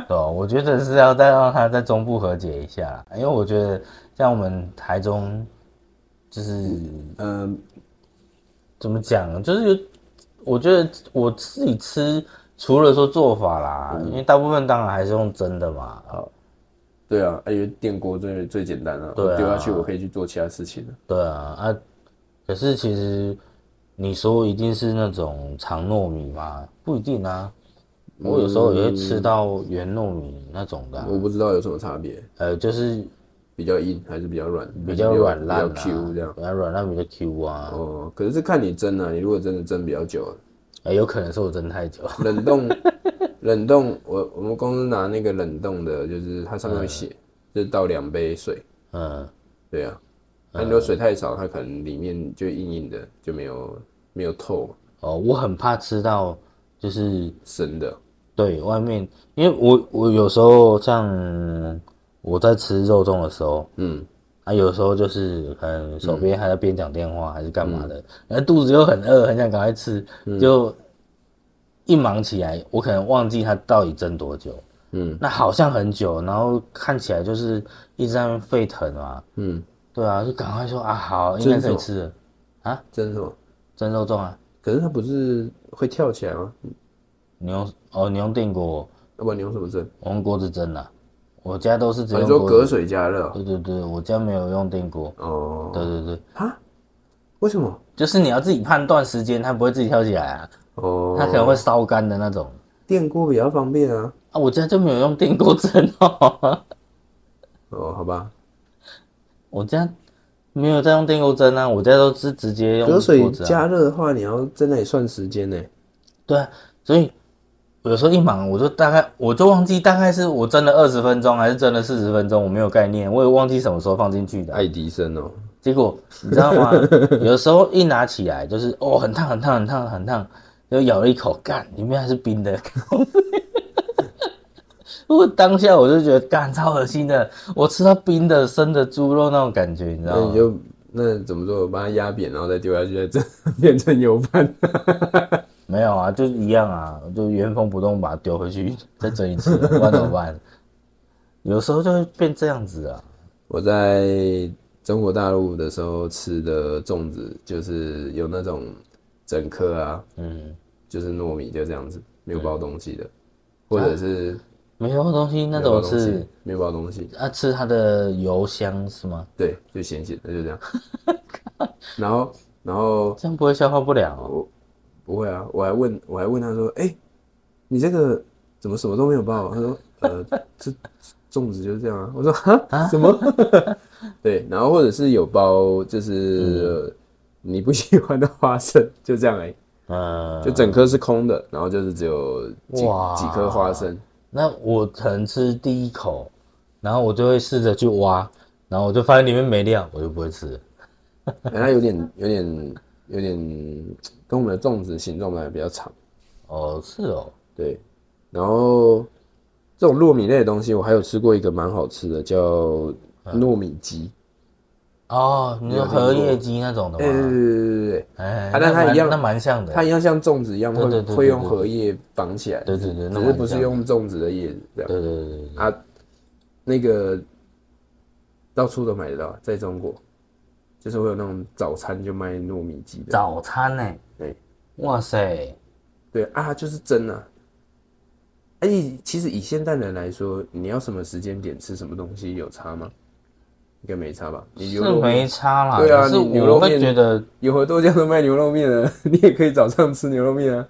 Speaker 2: 对哦，我觉得是要再让它在中部和解一下啦，因为我觉得像我们台中，就是
Speaker 1: 嗯、
Speaker 2: 怎么讲，就是有，我觉得我自己吃，除了说做法啦，因为大部分当然还是用蒸的嘛，
Speaker 1: 对啊，因为电锅最最简单了、
Speaker 2: 对啊
Speaker 1: 我丢下去我可以去做其他事情了。
Speaker 2: 对啊啊，可是其实你说一定是那种长糯米吗？不一定啊，我有时候也
Speaker 1: 嗯
Speaker 2: 会吃到圆糯米那种的啊、
Speaker 1: 我不知道有什么差别，
Speaker 2: 呃，就是
Speaker 1: 比较硬还是比较软？
Speaker 2: 比较软烂、啊、
Speaker 1: 比较 Q 这样。
Speaker 2: 比较软烂比较 Q 啊，
Speaker 1: 哦，可是看你蒸啊，你如果真的蒸比较久、啊
Speaker 2: 哎、有可能是我蒸太久。
Speaker 1: 冷冻，冷冻，我我们公司拿那个冷冻的，就是它上面会写，就是倒两杯水，
Speaker 2: 嗯，
Speaker 1: 对啊，那如果水太少，它可能里面就硬硬的，就没有没有透
Speaker 2: 哦，我很怕吃到，就是
Speaker 1: 生的，
Speaker 2: 对外面，因为我我有时候像我在吃肉粽的时候，
Speaker 1: 嗯，
Speaker 2: 啊，有时候就是可能手边还在边讲电话、还是干嘛的，
Speaker 1: 嗯
Speaker 2: 然后肚子又很饿，很想赶快吃，就一忙起来，我可能忘记它到底蒸多久。
Speaker 1: 嗯，
Speaker 2: 那好像很久，然后看起来就是一直在那边沸腾嘛，
Speaker 1: 嗯，
Speaker 2: 对啊，就赶快说啊，好，应该可以
Speaker 1: 蒸
Speaker 2: 吃了，
Speaker 1: 真是吗？
Speaker 2: 蒸肉粽啊，
Speaker 1: 可是它不是会跳起来吗？
Speaker 2: 你用哦，你用电锅，
Speaker 1: 要不然你用什么蒸？
Speaker 2: 我用锅子蒸的、我家都是只
Speaker 1: 啊你
Speaker 2: 用
Speaker 1: 说
Speaker 2: 锅
Speaker 1: 隔
Speaker 2: 子，
Speaker 1: 水加热哦
Speaker 2: 对对对，我家没有用电锅，
Speaker 1: 哦？
Speaker 2: 对对对，
Speaker 1: 啊？为什么？
Speaker 2: 就是你要自己判断时间，它不会自己跳起来啊，
Speaker 1: 哦，
Speaker 2: 它可能会烧干的那种。
Speaker 1: 电锅比较方便啊。
Speaker 2: 啊，我家就没有用电锅蒸哦，
Speaker 1: 哦，好吧，
Speaker 2: 我家没有再用电钩针啊，我家都是直接用
Speaker 1: 可是水
Speaker 2: 锅子啊。
Speaker 1: 加热的话，你要在那里算时间呢、
Speaker 2: 对啊，所以有时候一忙，我就大概我就忘记大概是我蒸了二十分钟还是蒸了四十分钟，我没有概念，我也忘记什么时候放进去的。
Speaker 1: 爱迪生哦、
Speaker 2: 结果你知道吗？有时候一拿起来就是哦，很烫很烫很烫很烫，就咬了一口，干，里面还是冰的。 我当下我就觉得干超恶心的，我吃到冰的生的猪肉那种感觉，你知
Speaker 1: 那
Speaker 2: 道
Speaker 1: 你
Speaker 2: 吗？
Speaker 1: 就那怎么做？把它压扁，然后再丢下去，再这 变成油饭。
Speaker 2: 没有啊，就一样啊，就原封不动把它丢回去， 再蒸一次，不然怎么办？有时候就会变这样子啊。
Speaker 1: 我在中国大陆的时候吃的粽子，就是有那种整颗啊，
Speaker 2: 嗯，
Speaker 1: 就是糯米就这样子，没有包东西的，或者是
Speaker 2: 没有东西啊那
Speaker 1: 没有包东
Speaker 2: 种
Speaker 1: 西
Speaker 2: 是
Speaker 1: 没有包东西，
Speaker 2: 啊，吃它的油香是吗？
Speaker 1: 对，就咸咸的，就这 样。然后，然后
Speaker 2: 这样不会消化不良哦。
Speaker 1: 我不会啊，我还问我还问他说，哎、你这个怎么什么都没有包？他说，呃， 这粽子就是这样啊。我说，哈，什么？ 对，然后或者是有包，就是、你不喜欢的花生， 就这样哎、
Speaker 2: 嗯，
Speaker 1: 就整颗是空的，然后就是只有几
Speaker 2: 哇
Speaker 1: 几颗花生，
Speaker 2: 那我可能吃第一口，然后我就会试着去挖，然后我就发现里面没料，我就不会吃了。
Speaker 1: 哎它有点有点有点跟我们的粽子形状来比较长，
Speaker 2: 哦，是哦，
Speaker 1: 对，然后。这种糯米类的东西，我还有吃过一个蛮好吃的，叫
Speaker 2: 嗯
Speaker 1: 糯米鸡。
Speaker 2: 哦，你说荷叶鸡那种的
Speaker 1: 哎对对对
Speaker 2: 吗？
Speaker 1: 对对对，
Speaker 2: 哎、
Speaker 1: 啊
Speaker 2: 那
Speaker 1: 但它
Speaker 2: 蛮
Speaker 1: 一样
Speaker 2: 那蛮像的。
Speaker 1: 它一样像粽子一样
Speaker 2: 对
Speaker 1: 会
Speaker 2: 对对
Speaker 1: 会
Speaker 2: 对
Speaker 1: 用
Speaker 2: 对
Speaker 1: 荷叶绑起来，
Speaker 2: 对对对，那
Speaker 1: 只是
Speaker 2: 蛮
Speaker 1: 不是
Speaker 2: 像的
Speaker 1: 用粽子的叶子这样
Speaker 2: 对对对对对，
Speaker 1: 啊？那个到处都买得到，在中国就是会有那种早餐就卖糯米鸡的，
Speaker 2: 早餐呢、欸
Speaker 1: 对
Speaker 2: 哇塞，
Speaker 1: 对啊，就是真啊。而且其实以现代人来说，你要什么时间点吃什么东西有差吗？应该没差吧？你
Speaker 2: 是
Speaker 1: 牛肉
Speaker 2: 没差啦。
Speaker 1: 对啊
Speaker 2: 可是
Speaker 1: 你牛肉
Speaker 2: 我会
Speaker 1: 面
Speaker 2: 觉得，
Speaker 1: 有和豆浆都卖牛肉面了， 你也可以早上吃牛肉面啊。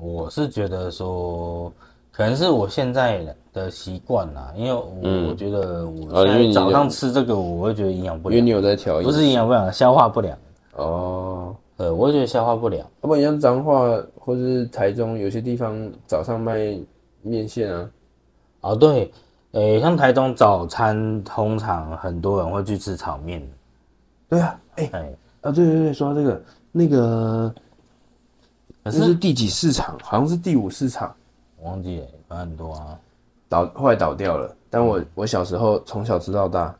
Speaker 2: 我是觉得说，可能是我现在的习惯啦，因为我我觉得
Speaker 1: 哦
Speaker 2: 我
Speaker 1: 因为
Speaker 2: 现
Speaker 1: 你
Speaker 2: 在早
Speaker 1: 有
Speaker 2: 上吃这个，我会觉得营养不
Speaker 1: 因为
Speaker 2: 良，
Speaker 1: 你有在调
Speaker 2: 不
Speaker 1: 饮
Speaker 2: 是营养不良，消化不良。
Speaker 1: 哦。啊
Speaker 2: 呃，我会觉得消化不良。
Speaker 1: 要不然像彰化或是台中，有些地方早上卖面线啊，
Speaker 2: 哦，对，诶，像台中早餐，通常很多人会去吃炒面。
Speaker 1: 对啊，哎、
Speaker 2: 哎，
Speaker 1: 啊，对对对，说到这个，那个
Speaker 2: 可
Speaker 1: 那
Speaker 2: 是
Speaker 1: 是第几市场？好像是第五市场
Speaker 2: 我忘记了，反正很多啊。
Speaker 1: 倒，后来倒掉了。但
Speaker 2: 嗯
Speaker 1: 我我小时候从小吃到大，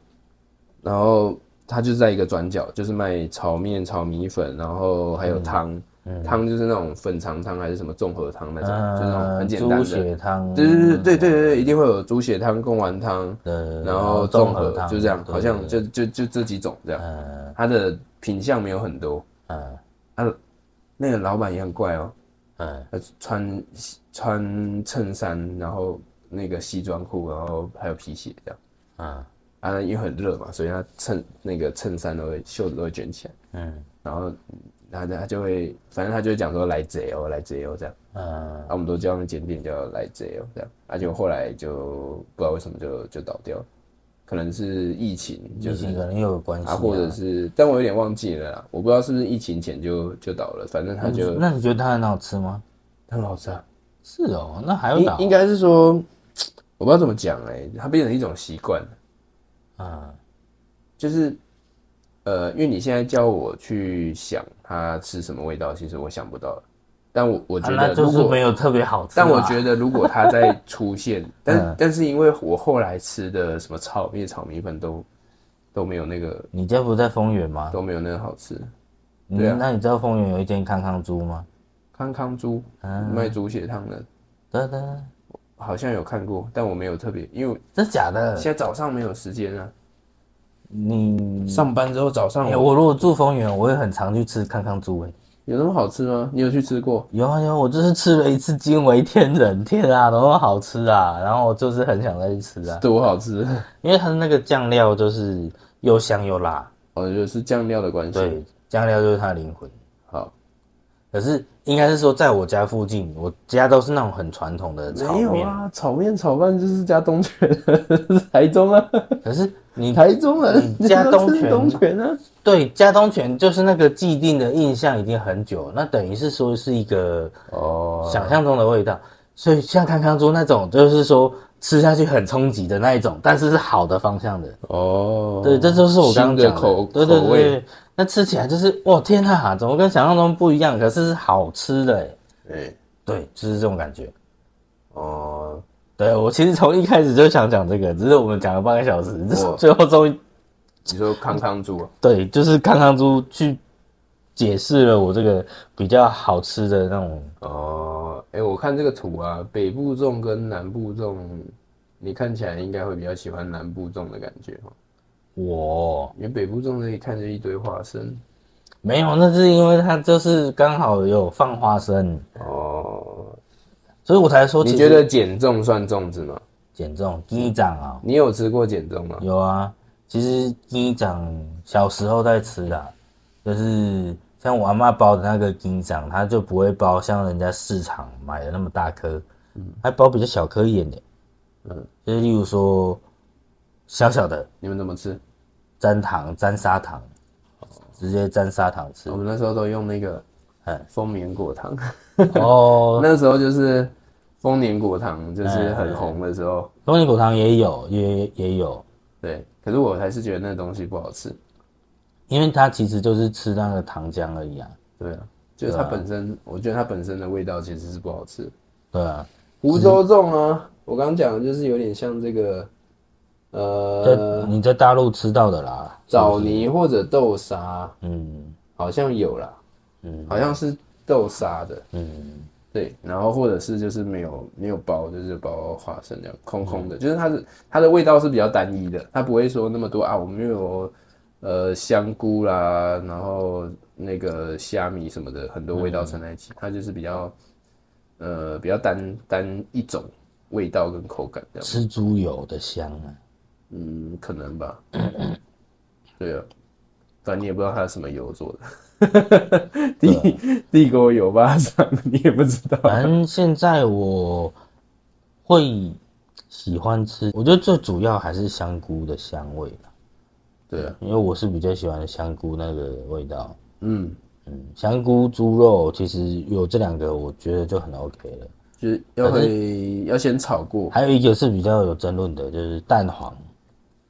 Speaker 1: 然后它就在一个转角，就是卖炒面、炒米粉，然后还
Speaker 2: 嗯
Speaker 1: 有汤，汤就是那种粉肠汤还是什么综合汤那种，就是那种很简单
Speaker 2: 啊呃猪
Speaker 1: 的。
Speaker 2: 血嗯汤，
Speaker 1: 对对对对对对对，一定会有猪血汤、贡丸汤，
Speaker 2: 呃，
Speaker 1: 然后综合
Speaker 2: 汤
Speaker 1: 就这样，
Speaker 2: 对
Speaker 1: 好像就就就这几种这样。
Speaker 2: 嗯
Speaker 1: 它的品相没有很多，啊
Speaker 2: 嗯
Speaker 1: 那个老板也很怪哦，
Speaker 2: 嗯，
Speaker 1: 他穿穿衬衫，然后那个西装裤，然后还有皮鞋这样。
Speaker 2: 嗯
Speaker 1: 啊，因为很热嘛，所以他衬那个衬衫都会袖子都会卷起来，
Speaker 2: 嗯
Speaker 1: 然后他他就会，反正他就会讲说来贼哦，来贼哦这样。
Speaker 2: 嗯，
Speaker 1: 啊，我们都叫那简点叫来贼哦这样。啊，就后来就不知道为什么就就倒掉了，可能是疫情，就
Speaker 2: 疫
Speaker 1: 是
Speaker 2: 情可能也有关系
Speaker 1: 啊，
Speaker 2: 啊，
Speaker 1: 或者是，但我有点忘记了啦，我不知道是不是疫情前就就倒了，反正它就、
Speaker 2: 那你觉得它很好吃吗？
Speaker 1: 很好吃啊。
Speaker 2: 是哦，那还有
Speaker 1: 应
Speaker 2: 哪？
Speaker 1: 应该是说，我不知道怎么讲哎、它变成一种习惯，哦
Speaker 2: 嗯
Speaker 1: 就是呃，因为你现在叫我去想它是什么味道，其实我想不到了，但我我
Speaker 2: 啊
Speaker 1: 觉
Speaker 2: 那
Speaker 1: 得
Speaker 2: 就
Speaker 1: 如
Speaker 2: 是
Speaker 1: 果，
Speaker 2: 没有特别好吃啊。
Speaker 1: 但我觉得如果它再出现，但
Speaker 2: 嗯
Speaker 1: 但是因为我后来吃的什么炒面、炒米粉都都没有那个
Speaker 2: 你家不在丰原吗？
Speaker 1: 都没有那个好吃，
Speaker 2: 你
Speaker 1: 对啊
Speaker 2: 那你知道丰原有一间康康猪吗？
Speaker 1: 康康猪
Speaker 2: 嗯
Speaker 1: 卖猪血汤的。
Speaker 2: 真的，
Speaker 1: 好像有看过，但我没有特别，因为
Speaker 2: 真假的
Speaker 1: 现？在早上没有时间啊。
Speaker 2: 你
Speaker 1: 上班之后早上
Speaker 2: 哎、
Speaker 1: 有
Speaker 2: 我如果住丰原，我会很常去吃康康猪哎、
Speaker 1: 有那么好吃吗？你有去吃过？
Speaker 2: 有啊有啊，我就是吃了一次惊为天人，天啊，多好吃啊！然后我就是很想再去吃啊，
Speaker 1: 多好吃！
Speaker 2: 因为它的那个酱料就是又香又辣，
Speaker 1: 哦我觉得是酱料的关系。
Speaker 2: 对，酱料就是它的灵魂。
Speaker 1: 好，
Speaker 2: 可是应该是说，在我家附近，我家都是那种很传统的炒
Speaker 1: 没有
Speaker 2: 面。
Speaker 1: 啊，炒面炒饭就是加东泉，台中啊，
Speaker 2: 可是你
Speaker 1: 台中人
Speaker 2: 你嗯加东
Speaker 1: 就是
Speaker 2: 泉
Speaker 1: 东泉啊，
Speaker 2: 对家东泉就是那个既定的印象已经很久，那等于是说是一个
Speaker 1: 哦，
Speaker 2: 想象中的味道。所以像康康猪那种，就是说吃下去很冲击的那一种，但是是好的方向的。
Speaker 1: 哦，
Speaker 2: 对，这就是我刚
Speaker 1: 新
Speaker 2: 刚
Speaker 1: 的
Speaker 2: 讲的
Speaker 1: 口
Speaker 2: 对对
Speaker 1: 口
Speaker 2: 对
Speaker 1: 味，
Speaker 2: 对，那吃起来就是哇天啊，怎么跟想象中不一样？可是是好吃的欸，
Speaker 1: 对，
Speaker 2: 对，就是这种感觉。
Speaker 1: 哎哦，
Speaker 2: 对我其实从一开始就想讲这个，只是我们讲了半个小时，
Speaker 1: 哇
Speaker 2: 最后终于
Speaker 1: 你说康康猪啊，
Speaker 2: 对，就是康康猪去解释了我这个比较好吃的那种。
Speaker 1: 哦，哎，我看这个图啊，北部粽跟南部粽，你看起来应该会比较喜欢南部粽的感觉哦，
Speaker 2: 我
Speaker 1: 因为北部粽那里看着一堆花生，
Speaker 2: 没有，那是因为它就是刚好有放花生，
Speaker 1: 哦，
Speaker 2: 所以我才说
Speaker 1: 你
Speaker 2: 其
Speaker 1: 觉
Speaker 2: 实
Speaker 1: 得减粽算粽子吗？
Speaker 2: 减重鸡掌啊，
Speaker 1: 你有吃过减粽吗？
Speaker 2: 有啊，其实鸡掌小时候在吃啦，就是像我阿妈包的那个鸡掌，它就不会包像人家市场买的那么大颗，还包比较小颗一点点。
Speaker 1: 嗯
Speaker 2: 嗯，就是例如说小小的
Speaker 1: 你们怎么吃？
Speaker 2: 沾糖、沾砂糖，直接沾砂糖吃
Speaker 1: 我。们那时候都用那个
Speaker 2: 嗯
Speaker 1: 蜂绵果糖，
Speaker 2: 哦，
Speaker 1: 那时候就是蜂年果糖就是很红的时候，
Speaker 2: 蜂蜜果糖也有，也也有，
Speaker 1: 对。可是我还是觉得那东西不好吃，
Speaker 2: 因为它其实就是吃那个糖浆而已啊。
Speaker 1: 对啊，就是它本身，我觉得它本身的味道其实是不好吃。
Speaker 2: 对啊，
Speaker 1: 湖州粽啊，我刚刚讲的就是有点像这个，
Speaker 2: 在、
Speaker 1: 呃，
Speaker 2: 你在大陆吃到的啦。
Speaker 1: 枣泥或者豆沙，
Speaker 2: 嗯
Speaker 1: 好像有啦，
Speaker 2: 嗯
Speaker 1: 好像是豆沙的，
Speaker 2: 嗯。
Speaker 1: 对，然后或者是就是没有没有包，就是包花生这样空空的，
Speaker 2: 嗯
Speaker 1: 就是它的它的味道是比较单一的，它不会说那么多啊，我们又有呃香菇啦，然后那个虾米什么的，很多味
Speaker 2: 嗯
Speaker 1: 道掺在一起，它就是比较呃比较单单一种味道跟口感这样，
Speaker 2: 吃猪油的香啊，
Speaker 1: 嗯，可能吧，对啊，反正你也不知道它是什么油做的， 帝帝国油巴上你也不知道，
Speaker 2: 啊反正现在我会喜欢吃，我觉得最主要还是香菇的香味吧
Speaker 1: 对啊，
Speaker 2: 因为我是比较喜欢香菇那个味道。
Speaker 1: 嗯。
Speaker 2: 嗯，香菇猪肉其实有这两个，我觉得就很 OK 了。
Speaker 1: 就是要会要先炒过，
Speaker 2: 还有一个是比较有争论的，就是蛋黄。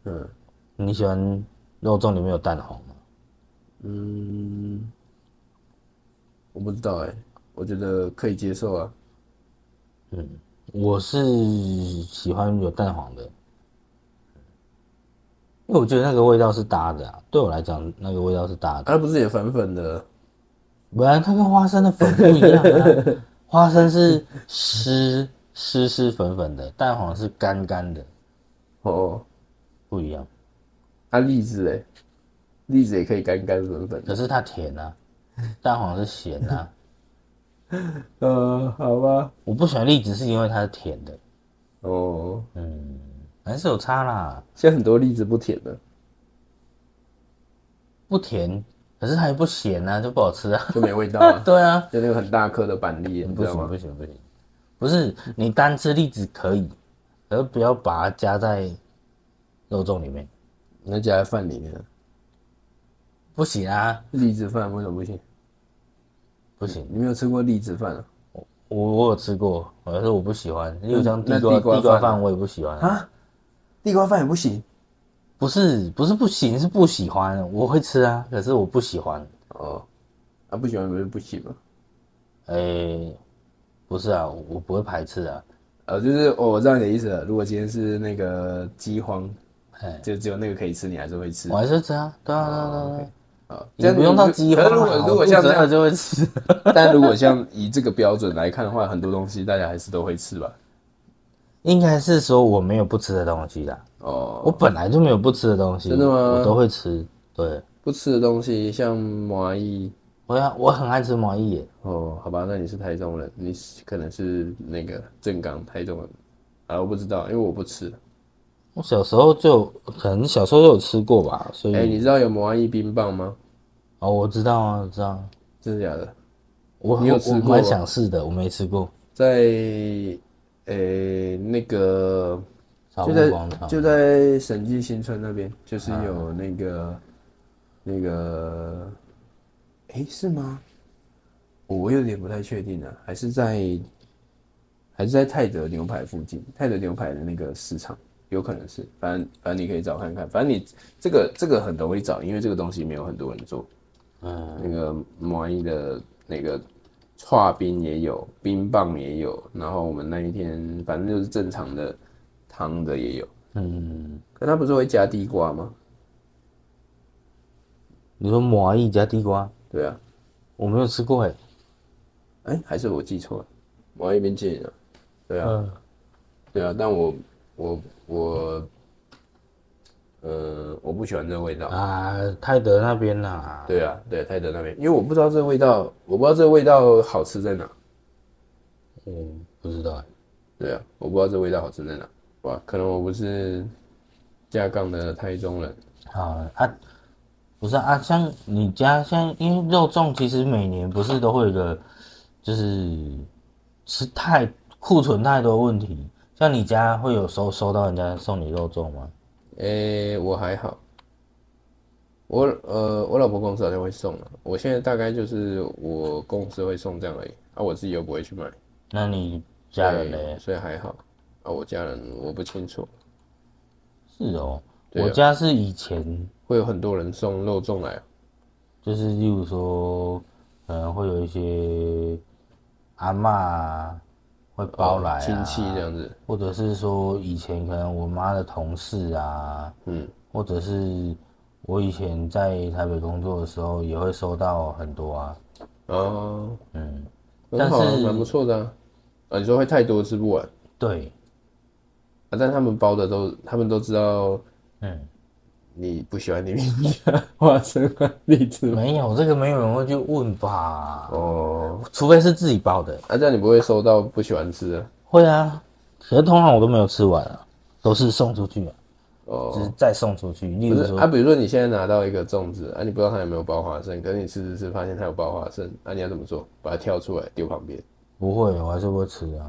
Speaker 1: 嗯
Speaker 2: 你喜欢肉粽里面有蛋黄吗？
Speaker 1: 嗯，我不知道哎、我觉得可以接受啊，
Speaker 2: 我是喜欢有蛋黄的，因为我觉得那个味道是搭的啊。对我来讲，那个味道是搭的。
Speaker 1: 它不是也粉粉的，
Speaker 2: 本来它跟花生的粉不一样啊，花生是湿湿湿粉粉的，蛋黄是干干的，
Speaker 1: 哦，
Speaker 2: 不一样。
Speaker 1: 它栗子哎、栗子也可以干干粉粉的，
Speaker 2: 可是它甜啊，蛋黄是咸啊。
Speaker 1: 呃，好吧，
Speaker 2: 我不喜欢栗子是因为它是甜的，
Speaker 1: 哦，
Speaker 2: 嗯，还是有差啦。
Speaker 1: 现在很多栗子不甜的，
Speaker 2: 不甜，可是它也不咸啊，就不好吃啊。，
Speaker 1: 就没味道啊
Speaker 2: 对啊，
Speaker 1: 就那个很大颗的板栗，你
Speaker 2: 不
Speaker 1: 知道
Speaker 2: 行
Speaker 1: 吗？
Speaker 2: 不行不行，不是你单吃栗子可以，可是不要把它加在肉粽里面，
Speaker 1: 那加在饭里面，
Speaker 2: 不行啊，
Speaker 1: 栗子饭为什么不行？
Speaker 2: 不行。
Speaker 1: 你没有吃过栗子饭啊？
Speaker 2: 我我有吃过，可是我不喜欢，例如像
Speaker 1: 嗯那
Speaker 2: 地瓜
Speaker 1: 地瓜
Speaker 2: 地瓜
Speaker 1: 饭呢
Speaker 2: 饭我也不喜欢。
Speaker 1: 啊，地瓜饭也不行
Speaker 2: 不是不是不行，是不喜欢。我会吃啊，可是我不喜欢。
Speaker 1: 哦，啊不喜欢不是不行吗？
Speaker 2: 诶、不是啊，我我不会排斥啊。
Speaker 1: 呃，就是哦我知道你的意思了。如果今天是那个饥荒，
Speaker 2: 哎，
Speaker 1: 就只有那个可以吃，你还是会吃
Speaker 2: 我。还是会吃啊，对啊对啊对啊对啊。
Speaker 1: 啊，
Speaker 2: 你不用到饥荒
Speaker 1: 可是如
Speaker 2: 啊，
Speaker 1: 果
Speaker 2: 我
Speaker 1: 如果
Speaker 2: 肚
Speaker 1: 像
Speaker 2: 子
Speaker 1: 这
Speaker 2: 饿
Speaker 1: 样，
Speaker 2: 就会吃。
Speaker 1: 但如果像以这个标准来看的话，很多东西大家还是都会吃吧。
Speaker 2: 应该是说我没有不吃的东西啦，我
Speaker 1: 哦，
Speaker 2: 本来就没有不吃的东西，
Speaker 1: 真的吗
Speaker 2: 我都会吃，对，
Speaker 1: 不吃的东西像蚂蚁，
Speaker 2: 我要我很爱吃麻叶耶，
Speaker 1: 哦，好吧，那你是台中人，你是可能是那个正港台中人啊，我不知道，因为我不吃。
Speaker 2: 我小时候就可能小时候就有吃过吧，
Speaker 1: 嗯哎
Speaker 2: 所以、
Speaker 1: 哎、你知道有蚂蚁冰棒吗？
Speaker 2: 哦，我知道啊，我知道啊，
Speaker 1: 真的假的？
Speaker 2: 我
Speaker 1: 你有
Speaker 2: 我
Speaker 1: 吃过
Speaker 2: 我
Speaker 1: 吗
Speaker 2: 蛮想试的，我没吃过。
Speaker 1: 在呃、那个
Speaker 2: 草
Speaker 1: 就
Speaker 2: 木广场啊
Speaker 1: 在就在审计新村那边，就是有那个、那个，哎、是吗？我有点不太确定了、还是在还是在泰德牛排附近，泰德牛排的那个市场有可能是，反正反正你可以找看看，反正你这个这个很容易找，因为这个东西没有很多人做。
Speaker 2: 嗯，
Speaker 1: 那个摩伊的那个串冰也有，冰棒也有，然后我们那一天反正就是正常的汤的也有。
Speaker 2: 嗯，
Speaker 1: 可它不是会加地瓜吗？
Speaker 2: 你说麻蚁加地瓜，
Speaker 1: 对啊，
Speaker 2: 我没有吃过哎。
Speaker 1: 哎、还是我记错了，摩伊冰淇淋啊。对啊，
Speaker 2: 嗯，
Speaker 1: 对啊，但我我我，呃，我不喜欢这个味道。
Speaker 2: 啊，泰德那边啦，
Speaker 1: 对啊，对泰德那边，因为我不知道这个味道，我不知道这个味道好吃在哪。
Speaker 2: 我不知道哎。
Speaker 1: 对啊，我不知道这味道好吃在哪。哇，可能我不是架杠的台中人。
Speaker 2: 好了啊，不是啊，啊像你家像因为肉粽，其实每年不是都会有一个，就是吃太库存太多问题。像你家会有收收到人家送你肉粽吗？
Speaker 1: 诶、我还好，我呃，我老婆公司好像会送了、我现在大概就是我公司会送这样而已，啊，我自己又不会去买，
Speaker 2: 那你家人
Speaker 1: 对
Speaker 2: 嘞？
Speaker 1: 所以还好。啊，我家人我不清楚，
Speaker 2: 是哦，
Speaker 1: 对啊
Speaker 2: 我家是以前
Speaker 1: 会有很多人送肉粽来啊，
Speaker 2: 就是，例如说，可能会有一些阿嬷啊会包来、啊，
Speaker 1: 哦亲戚这样子，
Speaker 2: 或者是说以前可能我妈的同事啊，
Speaker 1: 嗯，
Speaker 2: 或者是我以前在台北工作的时候，也会收到很多啊。
Speaker 1: 哦，
Speaker 2: 嗯，
Speaker 1: 很
Speaker 2: 但
Speaker 1: 好啊，
Speaker 2: 是
Speaker 1: 蛮不错的啊。啊，你说会太多吃不完啊，
Speaker 2: 对，
Speaker 1: 但他们包的都，他们都知道
Speaker 2: 嗯，
Speaker 1: 你不喜欢里面加花生和荔枝吗？
Speaker 2: 没有这个没有人会去问吧？
Speaker 1: 哦，
Speaker 2: 除非是自己包的。
Speaker 1: 啊，这样你不会收到不喜欢吃的
Speaker 2: 会啊，可是通常我都没有吃完啊，都是送出去、啊，
Speaker 1: 哦。
Speaker 2: 就是再送出去。例
Speaker 1: 不
Speaker 2: 如
Speaker 1: 是
Speaker 2: 说，
Speaker 1: 啊，比如说你现在拿到一个粽子啊，你不知道它有没有包花生，可是你吃吃吃发现它有包花生，啊，你要怎么做？把它挑出来丢旁边。
Speaker 2: 不会，我还是会吃啊。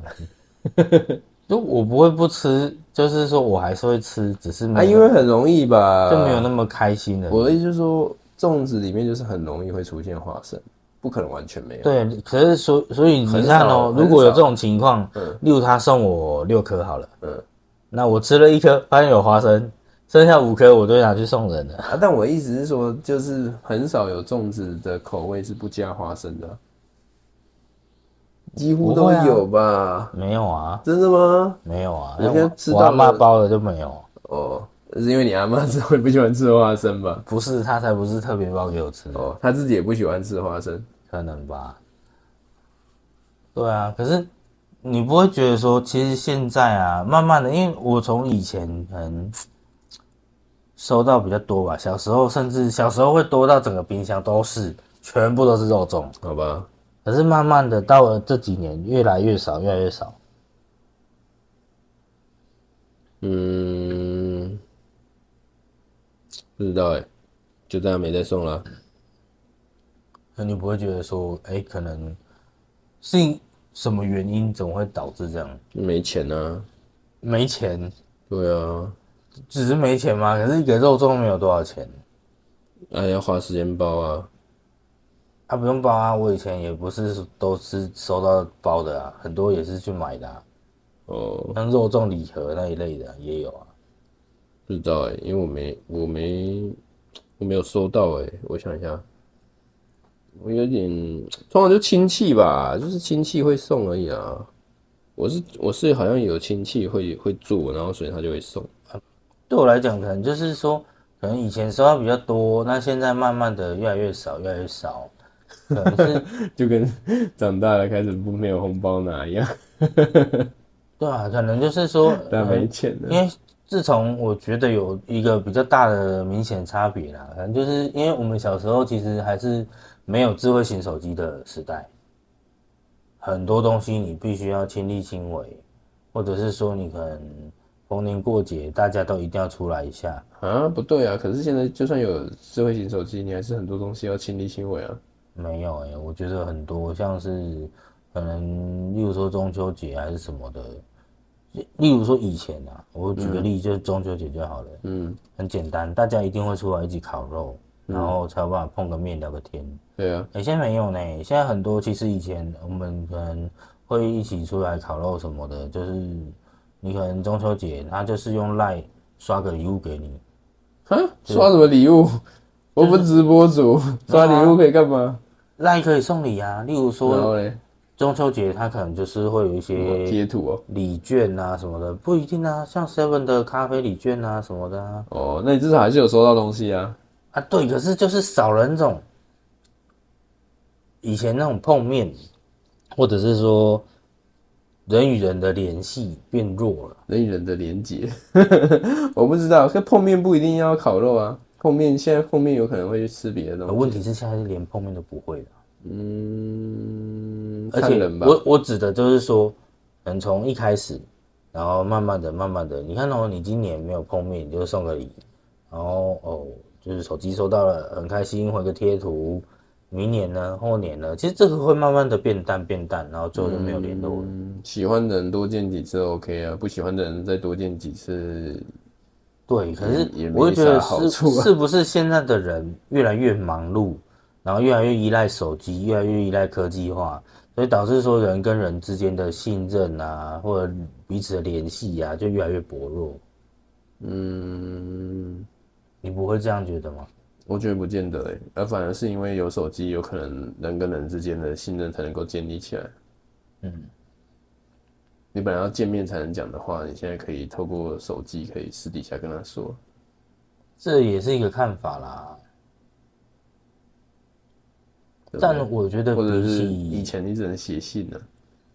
Speaker 2: 就 我不会不吃，就是说我还是会吃，只是
Speaker 1: 啊，
Speaker 2: 没
Speaker 1: 因
Speaker 2: 有、
Speaker 1: 为呃很容易吧，
Speaker 2: 就没有那么开心了。
Speaker 1: 我的意思就是说，粽子里面就是很容易会出现花生，不可能完全没有。
Speaker 2: 对，可是所所以你
Speaker 1: 很
Speaker 2: 看
Speaker 1: 少
Speaker 2: 哦，
Speaker 1: 很
Speaker 2: 如果有
Speaker 1: 少
Speaker 2: 这种情况，
Speaker 1: 嗯
Speaker 2: 例如他送我六颗好了，
Speaker 1: 嗯
Speaker 2: 那我吃了一颗，发现有花生，剩下五颗我都拿去送人了。
Speaker 1: 啊，但我的意思是说，就是很少有粽子的口味是不加花生的啊，几乎
Speaker 2: 不
Speaker 1: 都
Speaker 2: 会啊
Speaker 1: 有吧？
Speaker 2: 没有啊，
Speaker 1: 真的吗？
Speaker 2: 没有啊，
Speaker 1: 我
Speaker 2: 那
Speaker 1: 现在
Speaker 2: 我
Speaker 1: 吃
Speaker 2: 我阿
Speaker 1: 到
Speaker 2: 妈
Speaker 1: 了
Speaker 2: 包的就没有，
Speaker 1: 哦，是因为你阿妈只会不喜欢吃花生吧？
Speaker 2: 不是他才不是特别包给我吃的，
Speaker 1: 哦，她自己也不喜欢吃花生。
Speaker 2: 可能吧。对啊，可是你不会觉得说，其实现在啊，慢慢的，因为我从以前可能收到比较多吧，小时候甚至小时候会多到整个冰箱都是，全部都是肉粽。
Speaker 1: 好吧，
Speaker 2: 可是慢慢的到了这几年，越来越少，越来越少。
Speaker 1: 嗯，不知道哎、就这样没再送了。
Speaker 2: 那你不会觉得说，哎、可能是什么原因，怎么会导致这样？
Speaker 1: 没钱啊，
Speaker 2: 没钱，
Speaker 1: 对啊，
Speaker 2: 只是没钱吗？可是一个肉粽没有多少钱，
Speaker 1: 还、啊要花时间包啊。
Speaker 2: 啊，不用包啊。我以前也不是都是收到包的啊，很多也是去买的、啊，
Speaker 1: 哦，
Speaker 2: 像肉粽礼盒那一类的也有啊。
Speaker 1: 不知道哎、因为我没，我没，我没有收到哎、我想一下，我有点，通常就亲戚吧，就是亲戚会送而已啊。我是我是好像有亲戚会会做，然后所以他就会送。
Speaker 2: 对我来讲，可能就是说，可能以前收到比较多，那现在慢慢的越来越少，越来越少，可能是。
Speaker 1: 就跟 长大了开始不没有红包拿一样，
Speaker 2: 对啊，可能就是说，
Speaker 1: 但
Speaker 2: 呃
Speaker 1: 没钱了。
Speaker 2: 因为自从我觉得有一个比较大的明显差别啦，可能就是因为我们小时候其实还是没有智慧型手机的时代，很多东西你必须要亲力亲为，或者是说你可能逢年过节大家都一定要出来一下，
Speaker 1: 啊，不对啊！可是现在就算有智慧型手机，你还是很多东西要亲力亲为啊。
Speaker 2: 没有哎、我觉得很多像是可能，例如说中秋节还是什么的，例例如说以前啊，我举个例，就是中秋节就好了，
Speaker 1: 嗯，
Speaker 2: 很简单，大家一定会出来一起烤肉，然后才有办法碰个面聊个天。
Speaker 1: 对啊，
Speaker 2: 哎、现在没有呢，现在很多其实以前我们可能会一起出来烤肉什么的，就是你可能中秋节他就是用赖刷个礼物给你，
Speaker 1: 哈，刷什么礼 物？我不直播主，刷礼物可以干嘛？
Speaker 2: 赖可以送礼啊，例如
Speaker 1: 然
Speaker 2: 说
Speaker 1: 后嘞，
Speaker 2: 中秋节他可能就是会有一些
Speaker 1: 贴图哦。
Speaker 2: 礼券啊什么的，不一定啊，像 Seven 的咖啡礼券啊什么的啊，
Speaker 1: 哦，那你至少还是有收到东西啊。
Speaker 2: 啊对，可是就是少了那种以前那种碰面，或者是说人与人的联系变弱了。
Speaker 1: 人与人的连接， 我不知道，可碰面不一定要烤肉啊。碰面现在碰面有可能会去吃别的
Speaker 2: 呃
Speaker 1: 东西，
Speaker 2: 问题是现在是连碰面都不会了，
Speaker 1: 嗯，
Speaker 2: 而
Speaker 1: 看
Speaker 2: 且
Speaker 1: 人吧。
Speaker 2: 呃我我指的就是说，可能从一开始，然后慢慢的、慢慢的，你看哦，你今年没有碰面，你就送个礼，然后哦，就是手机收到了，很开心，回个贴图。明年呢，后年呢，其实这个会慢慢的变淡变淡，然后最后就没有联络了。
Speaker 1: 嗯，喜欢的人多见几次 OK 啊，不喜欢的人再多见几次，
Speaker 2: 对，可是
Speaker 1: 也也
Speaker 2: 我
Speaker 1: 没
Speaker 2: 就觉得
Speaker 1: 啥好
Speaker 2: 是
Speaker 1: 处啊
Speaker 2: 是不是现在的人越来越忙碌，然后越来越依赖手机，越来越依赖科技化，所以导致说人跟人之间的信任啊，或者彼此的联系啊，就越来越薄弱。
Speaker 1: 嗯，
Speaker 2: 你不会这样觉得吗？
Speaker 1: 我觉得不见得诶、欸而反而是因为有手机，有可能人跟人之间的信任才能够建立起来。
Speaker 2: 嗯，
Speaker 1: 你本来要见面才能讲的话，你现在可以透过手机，可以私底下跟他说。
Speaker 2: 这也是一个看法啦。
Speaker 1: 对不对
Speaker 2: 但我觉得
Speaker 1: 或者
Speaker 2: 比
Speaker 1: 是以
Speaker 2: 起，
Speaker 1: 前你只能写信呢、啊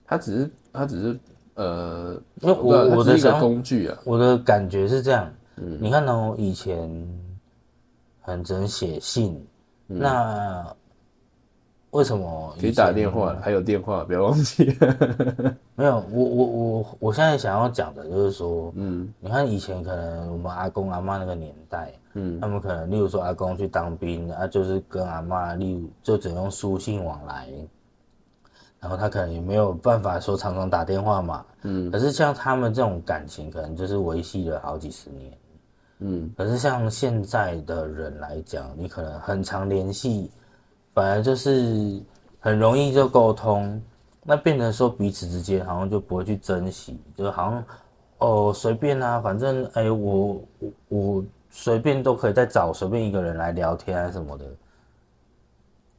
Speaker 1: 他只是他只是呃，
Speaker 2: 因为
Speaker 1: 不知道
Speaker 2: 我我
Speaker 1: 它只
Speaker 2: 的
Speaker 1: 是一
Speaker 2: 想
Speaker 1: 个嗯工具啊，
Speaker 2: 我的感觉是这样，你看哦，以前很只能写信，那为什么
Speaker 1: 嗯
Speaker 2: 以
Speaker 1: 可以打
Speaker 2: 前
Speaker 1: 电话了，还有电话，不要忘记。
Speaker 2: 没有，我我我我现在想要讲的就是说，嗯，你看以前可能我们阿公阿妈那个年代，嗯，他们可能例如说阿公去当兵，啊，就是跟阿妈，例如就只能用书信往来，然后他可能也没有办法说常常打电话嘛，嗯，可是像他们这种感情，可能就是维系了好几十年，
Speaker 1: 嗯，
Speaker 2: 可是像现在的人来讲，你可能很常联系，反而就是很容易就沟通，那变成说彼此之间好像就不会去珍惜，就好像哦随便啊，反正哎、我我我随便都可以再找随便一个人来聊天啊什么的，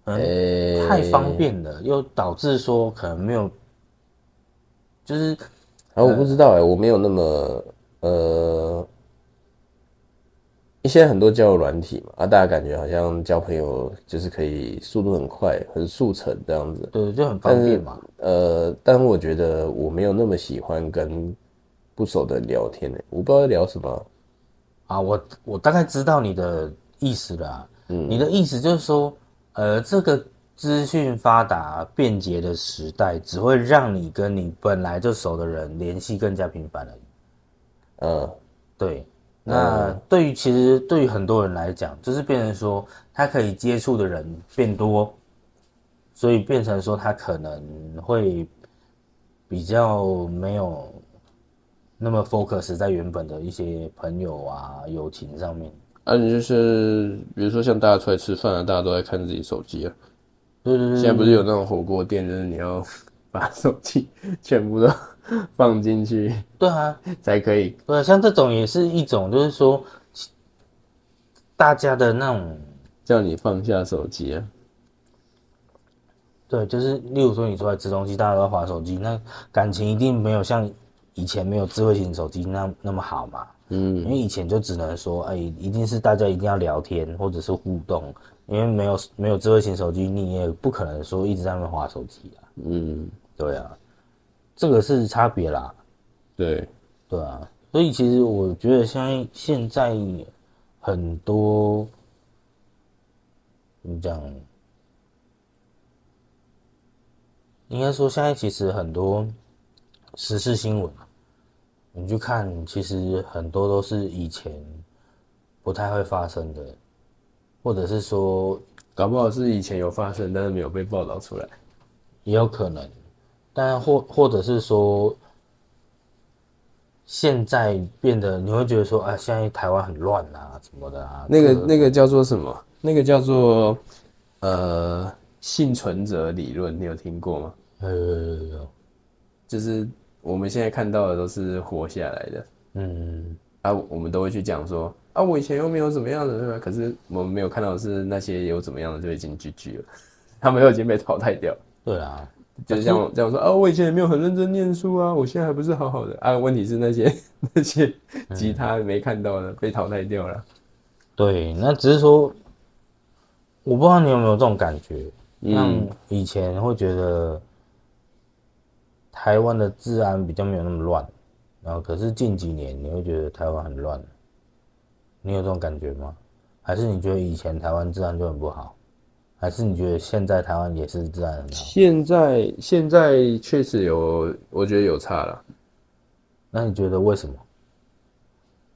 Speaker 2: 嗯，
Speaker 1: 呃
Speaker 2: 太方。便了，又导致说可能没有，就是
Speaker 1: 啊，我不知道哎、我没有那么呃，现在很多交友软体嘛，啊，大家感觉好像交朋友就是可以速度很快，很速成这样子。
Speaker 2: 对就很方便嘛，
Speaker 1: 呃，但我觉得我没有那么喜欢跟不熟的人聊天呢、我不知道在聊什么。
Speaker 2: 啊，我我大概知道你的意思了、啊。你的意思就是说，呃，这个资讯发达、便捷的时代，只会让你跟你本来就熟的人联系更加频繁而已。
Speaker 1: 嗯，
Speaker 2: 对，那对于其实对于很多人来讲，就是变成说他可以接触的人变多，所以变成说他可能会比较没有那么 focus 在原本的一些朋友啊、友情上面。
Speaker 1: 啊，你就是比如说像大家出来吃饭啊，大家都在看自己手机啊。
Speaker 2: 对对对
Speaker 1: 现在不是有那种火锅店，就是你要把手机 全部都放进去
Speaker 2: 对啊，
Speaker 1: 才可以。
Speaker 2: 对啊，像这种也是一种，就是说大家的那种，
Speaker 1: 叫你放下手机啊，
Speaker 2: 对，就是例如说你出来吃东西，大家都在划手机，那感情一定没有像以前没有智慧型手机那那么好嘛。嗯，因为以前就只能说，哎、一定是大家一定要聊天或者是互动，因为没有没有智慧型手机，你也不可能说一直在那边划手机啊。
Speaker 1: 嗯，
Speaker 2: 对啊，这个是差别啦。
Speaker 1: 对，
Speaker 2: 对啊，所以其实我觉得现在现在很多怎么讲，应该说现在其实很多时事新闻啊，你去看，其实很多都是以前不太会发生的，或者是说
Speaker 1: 搞不好是以前有发生，但是没有被报道出来。
Speaker 2: 也有可能，但或或者是说，现在变得你会觉得说，啊，现在台湾很乱啊，什么的啊，
Speaker 1: 那
Speaker 2: 这
Speaker 1: 个那个叫做什么？那个叫做呃幸存者理论，你有听过吗？
Speaker 2: 有有有有有，
Speaker 1: 就是我们现在看到的都是活下来的，
Speaker 2: 嗯，
Speaker 1: 啊，我们都会去讲说啊，我以前又没有怎么样的，对吧？可是我们没有看到的是那些有怎么样的就已经 GG 了， 他们又已经被淘汰掉了。
Speaker 2: 对啊啦，
Speaker 1: 就是像我这样说啊，我以前也没有很认真念书啊，我现在还不是好好的啊。问题是那些 那些吉他没看到的被淘汰掉了，
Speaker 2: 对，那只是说，我不知道你有没有这种感觉，
Speaker 1: 嗯
Speaker 2: 像以前会觉得台湾的治安比较没有那么乱，然后可是近几年你会觉得台湾很乱，你有这种感觉吗？还是你觉得以前台湾治安就很不好？还是你觉得现在台湾也是治安很好？
Speaker 1: 现在现在确实有，我觉得有差了。
Speaker 2: 那你觉得为什么？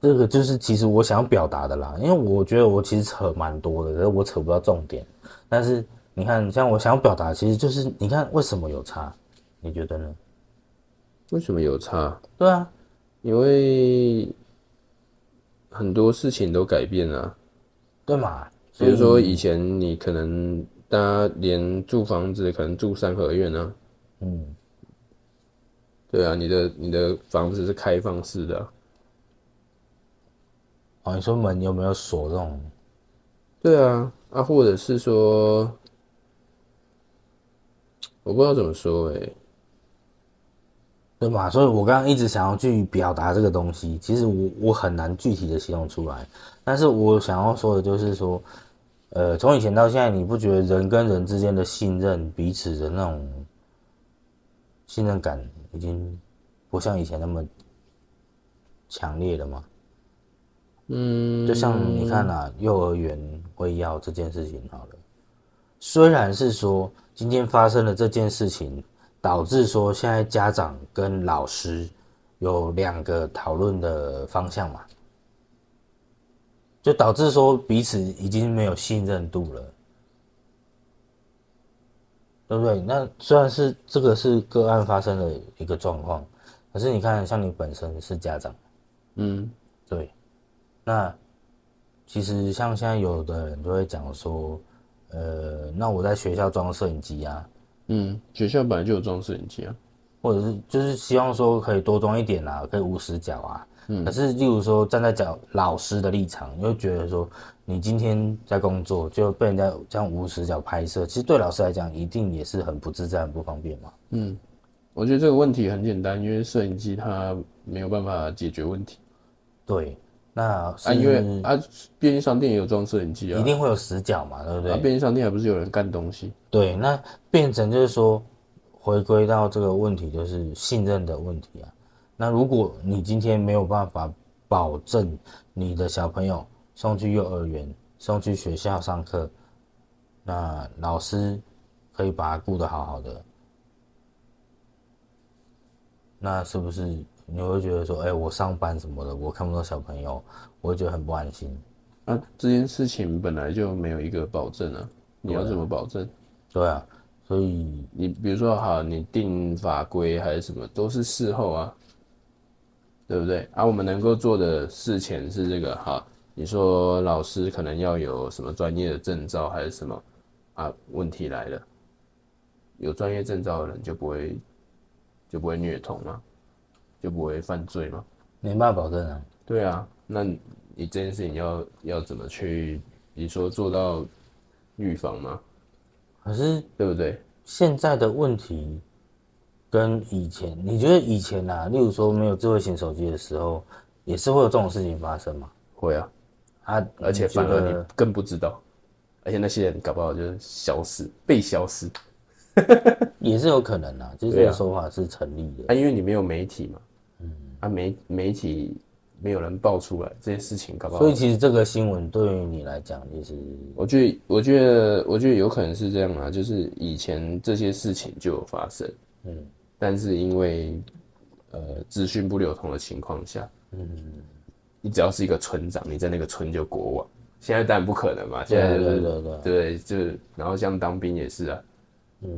Speaker 2: 这个就是其实我想要表达的啦，因为我觉得我其实扯蛮多的，可是我扯不到重点。但是你看，像我想要表达，其实就是你看为什么有差？你觉得呢？
Speaker 1: 为什么有差？
Speaker 2: 对啊，
Speaker 1: 因为很多事情都改变了、啊
Speaker 2: 对嘛？
Speaker 1: 比
Speaker 2: 所以
Speaker 1: 如说以前你可能大家连住房子可能住三合院啊，
Speaker 2: 嗯，
Speaker 1: 对啊，你的你的房子是开放式的啊、
Speaker 2: 哦，你说门有没有锁这种？
Speaker 1: 对啊，啊，或者是说，我不知道怎么说欸诶、
Speaker 2: 对嘛？所以我刚刚一直想要去表达这个东西，其实我我很难具体的形容出来，但是我想要说的就是说，呃，从以前到现在，你不觉得人跟人之间的信任，彼此的那种信任感，已经不像以前那么强烈了吗？
Speaker 1: 嗯，
Speaker 2: 就像你看啊，幼儿园会要这件事情好了，虽然是说今天发生了这件事情，导致说现在家长跟老师有两个讨论的方向嘛，就导致说彼此已经没有信任度了。对不对？那虽然是这个是个案发生的一个状况，可是你看，像你本身是家长，
Speaker 1: 嗯，
Speaker 2: 对，那其实像现在有的人就会讲说，呃，那我在学校装摄影机啊，
Speaker 1: 嗯，学校本来就有装摄影机啊，
Speaker 2: 或者是就是希望说可以多装一点啦、可以无死角啊。
Speaker 1: 嗯
Speaker 2: 可是，例如说站在角老师的立场，你会觉得说，你今天在工作就被人家这样无死角拍摄，其实对老师来讲，一定也是很不自在、很不方便嘛。
Speaker 1: 我觉得这个问题很简单，因为摄影机它没有办法解决问题
Speaker 2: 对，那是
Speaker 1: 啊，因为啊，便利商店也有装摄影机啊
Speaker 2: 一，定会有欸死角嘛，对不对？
Speaker 1: 啊，便利商店还不是有人干东西？
Speaker 2: 对，那变成就是说，回归到这个问题，就是信任的问题啊。那如果你今天没有办法保证你的小朋友送去幼儿园、送去学校上课，那老师可以把他顾得好好的，那是不是你会觉得说，哎、我上班什么的，我看不到小朋友，我会觉得很不安心。
Speaker 1: 啊，这件事情本来就没有一个保证啊，你要怎么保证？
Speaker 2: 对啊，所以
Speaker 1: 你比如说，好，你定法规还是什么，都是事后啊，对不对？啊，我们能够做的事前是这个，好，你说老师可能要有什么专业的证照还是什么啊？问题来了，有专业证照的人就不会就不会虐童吗？就不会犯罪吗？
Speaker 2: 没办法保证啊。
Speaker 1: 对啊，那你你这件事情要要怎么去？你说做到预防吗？
Speaker 2: 可是
Speaker 1: 对不对？
Speaker 2: 现在的问题跟以前，你觉得以前啊，例如说没有智慧型手机的时候，也是会有这种事情发生嘛？
Speaker 1: 会啊。
Speaker 2: 啊，
Speaker 1: 而且
Speaker 2: 你觉
Speaker 1: 反
Speaker 2: 得
Speaker 1: 而你更不知道，而且那些人搞不好就是消失，被消失。
Speaker 2: 也是有可能啊，就是这
Speaker 1: 对啊
Speaker 2: 个说法是成立的。
Speaker 1: 啊，因为你没有媒体嘛，嗯，啊媒媒体没有人爆出来这些事情，搞不好
Speaker 2: 所。啊以其实这个新闻对于你来讲，就是
Speaker 1: 我觉得，我觉得，我觉得有可能是这样啊，就是以前这些事情就有发生，
Speaker 2: 嗯，
Speaker 1: 但是因为呃资讯不流通的情况下，嗯，你只要是一个村长，你在那个村就国王，现在当然不可能嘛，现
Speaker 2: 对
Speaker 1: 在就
Speaker 2: 对
Speaker 1: 是
Speaker 2: 对对，
Speaker 1: 对，啊就然后像当兵也是啊，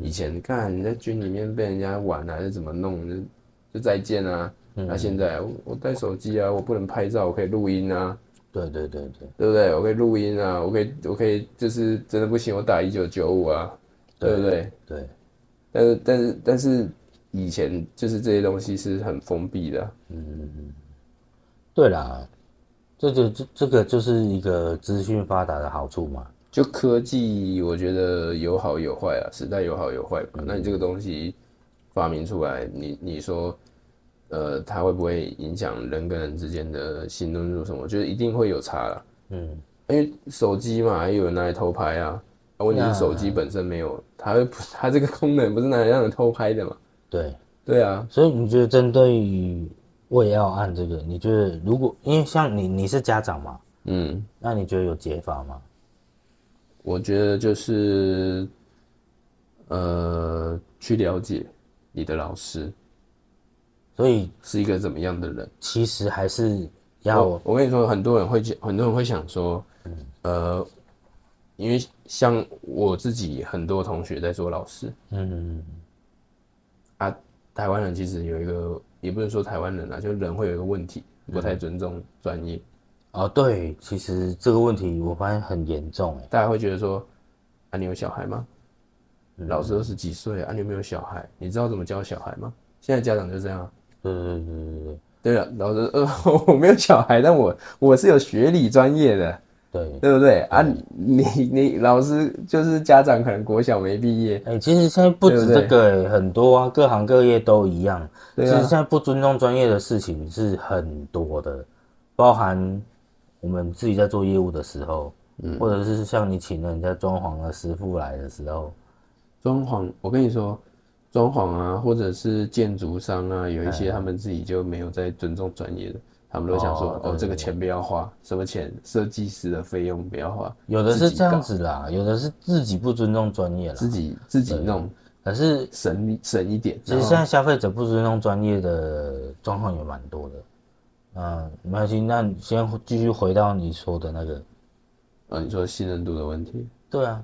Speaker 1: 以前看你在军里面被人家玩啊还是怎么弄，就就再见啊。那、现在我我带手机啊，我不能拍照，我可以录音啊，
Speaker 2: 对对对对
Speaker 1: 对不对？我可以录音啊，我可以我可以就是真的不行，我打一九九五啊，对不对？
Speaker 2: 对，
Speaker 1: 但是但是但是以前就是这些东西是很封闭的啊、
Speaker 2: 对啦，这就这这个就是一个资讯发达的好处嘛。
Speaker 1: 就科技，我觉得有好有坏啊，时代有好有坏吧。那你这个东西发明出来，你你说，呃，它会不会影响人跟人之间的行动是什么？我觉得一定会有差啦。嗯，因为手机嘛，还有人拿来偷拍啊。啊问题是手机本身没有，它会不它这个功能不是拿来让人偷拍的嘛？
Speaker 2: 对，
Speaker 1: 对啊，
Speaker 2: 所以你觉得针对于胃药案这个，你觉得如果因为像你你是家长嘛，
Speaker 1: 嗯，
Speaker 2: 那你觉得有解法吗？
Speaker 1: 我觉得就是，呃，去了解你的老师
Speaker 2: 所以
Speaker 1: 是一个怎么样的人。
Speaker 2: 其实还是要
Speaker 1: 我我跟你说，很多人会讲，很多人会想说，呃，因为像我自己很多同学在做老师，
Speaker 2: 嗯
Speaker 1: 啊，台湾人其实有一个，也不能说台湾人啊，就人会有一个问题，不太尊重专业，
Speaker 2: 哦对，其实这个问题我发现很严重哎，
Speaker 1: 大家会觉得说，啊，你有小孩吗？
Speaker 2: 嗯
Speaker 1: 老师二十几岁啊，你有没有小孩？你知道怎么教小孩吗？现在家长就这样啊。
Speaker 2: 对对对对对
Speaker 1: 对了，老师， 呃，我没有小孩，但我我是有学理专业的，
Speaker 2: 对。
Speaker 1: 对不对啊？你你老师就是家长可能国小没毕业，
Speaker 2: 哎、其实现在不止
Speaker 1: 对
Speaker 2: 这
Speaker 1: 不对
Speaker 2: 个、哎，很多啊，各行各业都一样。
Speaker 1: 对啊
Speaker 2: 其实现在不尊重专业的事情是很多的，包含我们自己在做业务的时候，
Speaker 1: 嗯
Speaker 2: 或者是像你请人家装潢的师傅来的时候，
Speaker 1: 装潢，我跟你说，装潢啊，或者是建筑商啊，有一些
Speaker 2: 哎
Speaker 1: 他们自己就没有在尊重专业的，他们都想说
Speaker 2: 哦，对
Speaker 1: 哦，这个钱不要花，什么钱，设计师的费用不要花，
Speaker 2: 有的
Speaker 1: 自
Speaker 2: 是
Speaker 1: 己
Speaker 2: 这样
Speaker 1: 搞，
Speaker 2: 子啦，有的是自己不尊重专业啦。
Speaker 1: 自己自己弄，
Speaker 2: 可是
Speaker 1: 省省一点。
Speaker 2: 其实
Speaker 1: 然后
Speaker 2: 现在消费者不尊重专业的状况也蛮多的。嗯，没关系，那你先继续回到你说的那个。
Speaker 1: 呃，你说信任度的问题，
Speaker 2: 对啊，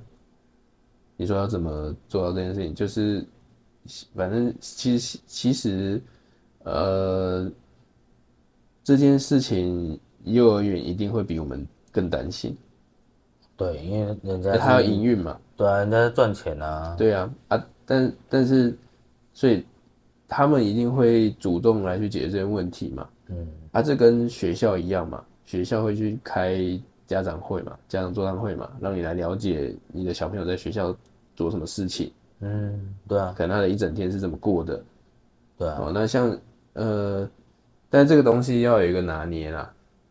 Speaker 1: 你说要怎么做到这件事情，就是反正其实其实呃，这件事情幼儿园一定会比我们更担心，
Speaker 2: 对，因为人家
Speaker 1: 那他要
Speaker 2: 是
Speaker 1: 营运嘛。
Speaker 2: 对啊，人家在赚钱啊。
Speaker 1: 对啊，啊，但但是，所以他们一定会主动来去解决这些问题嘛。
Speaker 2: 嗯，
Speaker 1: 啊，这跟学校一样嘛，学校会去开家长会嘛，家长座谈会嘛，让你来了解你的小朋友在学校做什么事情，
Speaker 2: 嗯，对啊，
Speaker 1: 可能他的一整天是怎么过的。
Speaker 2: 对啊，
Speaker 1: 哦，那像呃，但这个东西要有一个拿捏啦，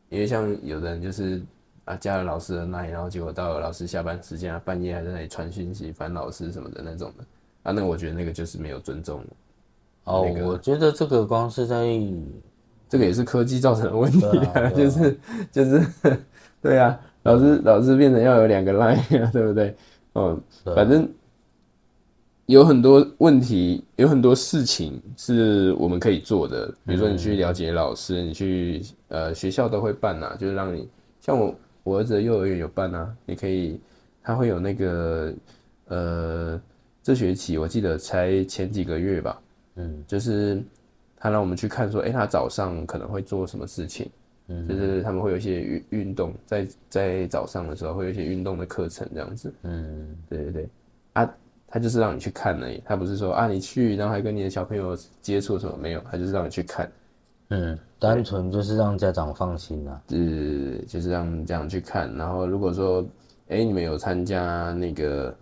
Speaker 1: 因为像有的人就是啊加了老师的 line，然后结果到了老师下班时间啊，半夜还在那里传讯息烦老师什么的那种的啊，那我觉得那个就是没有尊重，
Speaker 2: 哦，
Speaker 1: 那个
Speaker 2: 我觉得这个光是在
Speaker 1: 这个也是科技造成的问题
Speaker 2: 对啊
Speaker 1: 啊，就是就是 对啊，老师老师变成要有两个 line 啊，对不对？嗯，
Speaker 2: 对啊
Speaker 1: 反正。有很多问题，有很多事情是我们可以做的，比如说你去了解老师，你去呃学校都会办呐、就是让你像我我儿子的幼儿园有办啊，你可以他会有那个呃这学期我记得才前几个月吧，
Speaker 2: 嗯，
Speaker 1: 就是他让我们去看说，诶，他早上可能会做什么事情，
Speaker 2: 嗯
Speaker 1: 就是他们会有一些运运动，在在早上的时候会有一些运动的课程这样子，
Speaker 2: 嗯，
Speaker 1: 对对对，啊，他就是让你去看而已，他不是说啊你去，然后还跟你的小朋友接触什么没有，他就是让你去看，
Speaker 2: 嗯，单纯就是让家长放心啊。
Speaker 1: 呃，就是让这样去看，然后如果说，哎，你们有参加那个，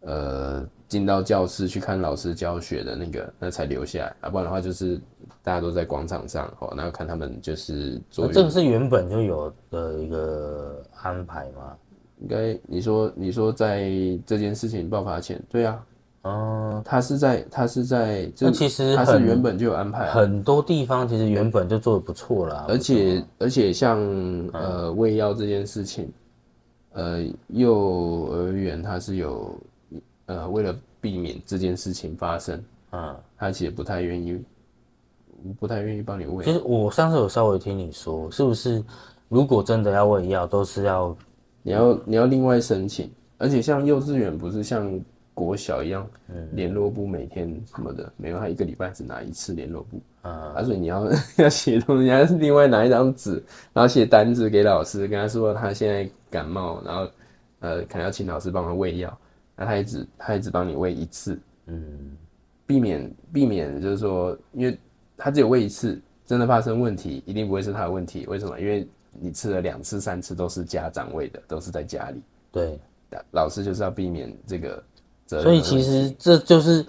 Speaker 1: 呃，进到教室去看老师教学的那个，那才留下来，啊，不然的话就是大家都在广场上哦，然后看他们就是
Speaker 2: 那
Speaker 1: 做运
Speaker 2: 啊这个是原本就有的一个安排嘛。
Speaker 1: 应该你说你说在这件事情爆发前，对啊，
Speaker 2: 哦，
Speaker 1: 他是在他是在这
Speaker 2: 那其实
Speaker 1: 他是
Speaker 2: 很
Speaker 1: 原本就有安排啊，
Speaker 2: 很多地方其实原本就做的不错啦。
Speaker 1: 而且而且像呃喂药这件事情，呃幼儿园它是有呃为了避免这件事情发生，
Speaker 2: 嗯，
Speaker 1: 它其实不太愿意，不太愿意帮你喂
Speaker 2: 其。实我上次有稍微听你说，是不是如果真的要喂药，都是要
Speaker 1: 你要你要另外申请，而且像幼稚园不是像国小一样，联络部每天什么的，没有，他一个礼拜只拿一次联络部，
Speaker 2: 嗯，
Speaker 1: 啊，所以你要 要写东西，还是另外拿一张纸，然后写单子给老师，跟他说他现在感冒，然后呃，可能要请老师帮他喂药，那他也只他也只帮你喂一次，
Speaker 2: 嗯，
Speaker 1: 避免避免就是说，因为他只有喂一次，真的发生问题，一定不会是他的问题，为什么？因为你吃了两次、三次都是家长喂的，都是在家里，
Speaker 2: 对，
Speaker 1: 老师就是要避免这个责任的
Speaker 2: 所
Speaker 1: 问
Speaker 2: 以
Speaker 1: 题。
Speaker 2: 其实这就是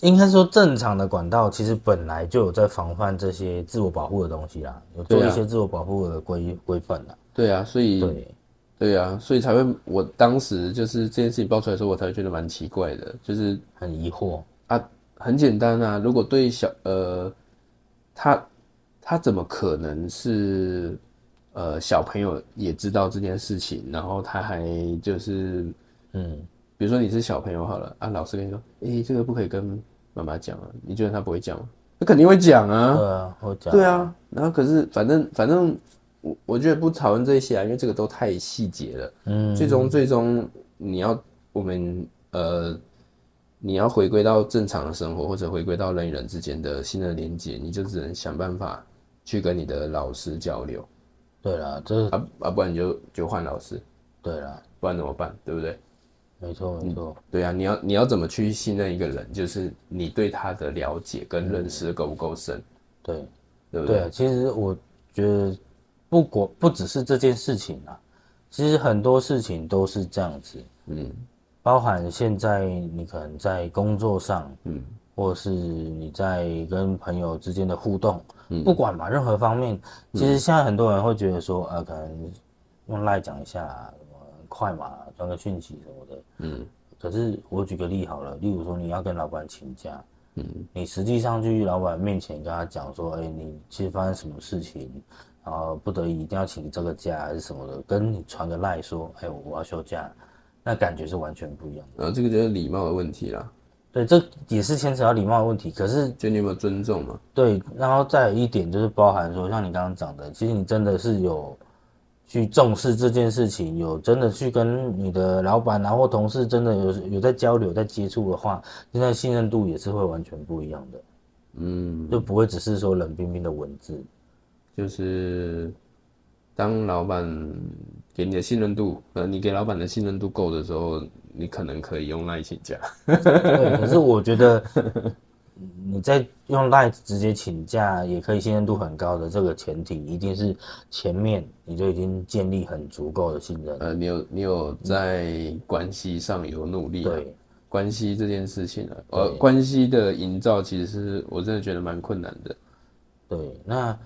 Speaker 2: 应该说正常的管道，其实本来就有在防范这些自我保护的东西啦，有做
Speaker 1: 对啊
Speaker 2: 一些自我保护的规规范啦。
Speaker 1: 对啊，所以
Speaker 2: 对，
Speaker 1: 对啊，所以才会，我当时就是这件事情爆出来的时候，我才会觉得蛮奇怪的，就是
Speaker 2: 很疑惑。
Speaker 1: 很简单啊，如果对小呃，他他怎么可能是呃小朋友也知道这件事情，然后他还就是
Speaker 2: 嗯，
Speaker 1: 比如说你是小朋友好了啊，老师跟你说，诶、这个不可以跟妈妈讲啊，你觉得他不会讲吗？他肯定会讲啊，
Speaker 2: 对啊，我讲
Speaker 1: 对，啊，然后可是反正反正我我觉得不讨论这些啊，因为这个都太细节了。
Speaker 2: 嗯，
Speaker 1: 最终最终你要我们呃，你要回归到正常的生活，或者回归到人与人之间的新的连接，你就只能想办法去跟你的老师交流
Speaker 2: 对啦，这是
Speaker 1: 啊啊，不然你就就换老师，
Speaker 2: 对啦，
Speaker 1: 不然怎么办？对不对？
Speaker 2: 没错没错。
Speaker 1: 对啊，你要你要怎么去信任一个人，就是你对他的了解跟认识够不够深，
Speaker 2: 对
Speaker 1: 对不对？
Speaker 2: 嗯对，啊其实我觉得不果不只是这件事情啊，其实很多事情都是这样子，
Speaker 1: 嗯
Speaker 2: 包含现在你可能在工作上，
Speaker 1: 嗯，
Speaker 2: 或是你在跟朋友之间的互动，
Speaker 1: 嗯
Speaker 2: 不管嘛，任何方面，其实现在很多人会觉得说，呃，可能用赖讲一下、什么很快嘛，传个讯息什么的，
Speaker 1: 嗯。
Speaker 2: 可是我举个例好了，例如说你要跟老板请假，嗯，你实际上去老板面前跟他讲说，哎、你其实发生什么事情，然后不得已一定要请这个假还是什么的，跟你传个赖说，哎、我要休假，那感觉是完全不一样的。
Speaker 1: 然后这个就是礼貌的问题啦，
Speaker 2: 对，这也是牵扯到礼貌的问题。可是
Speaker 1: 就你有没有尊重嘛？
Speaker 2: 对，然后再有一点就是包含说，像你刚刚讲的，其实你真的是有去重视这件事情，有真的去跟你的老板啊或同事真的有有在交流、有在接触的话，现在信任度也是会完全不一样的，
Speaker 1: 嗯，
Speaker 2: 就不会只是说冷冰冰的文字。
Speaker 1: 就是当老板给你的信任度，呃，你给老板的信任度够的时候，你可能可以用赖请假。
Speaker 2: 对，可是我觉得你在用 Line 直接请假也可以信任度很高的这个前提，一定是前面你就已经建立很足够的信任。
Speaker 1: 呃，你有你有在关系上有努力、啊，
Speaker 2: 对，
Speaker 1: 关系这件事情啊，呃，关系的营造其实是我真的觉得蛮困难的。
Speaker 2: 对，那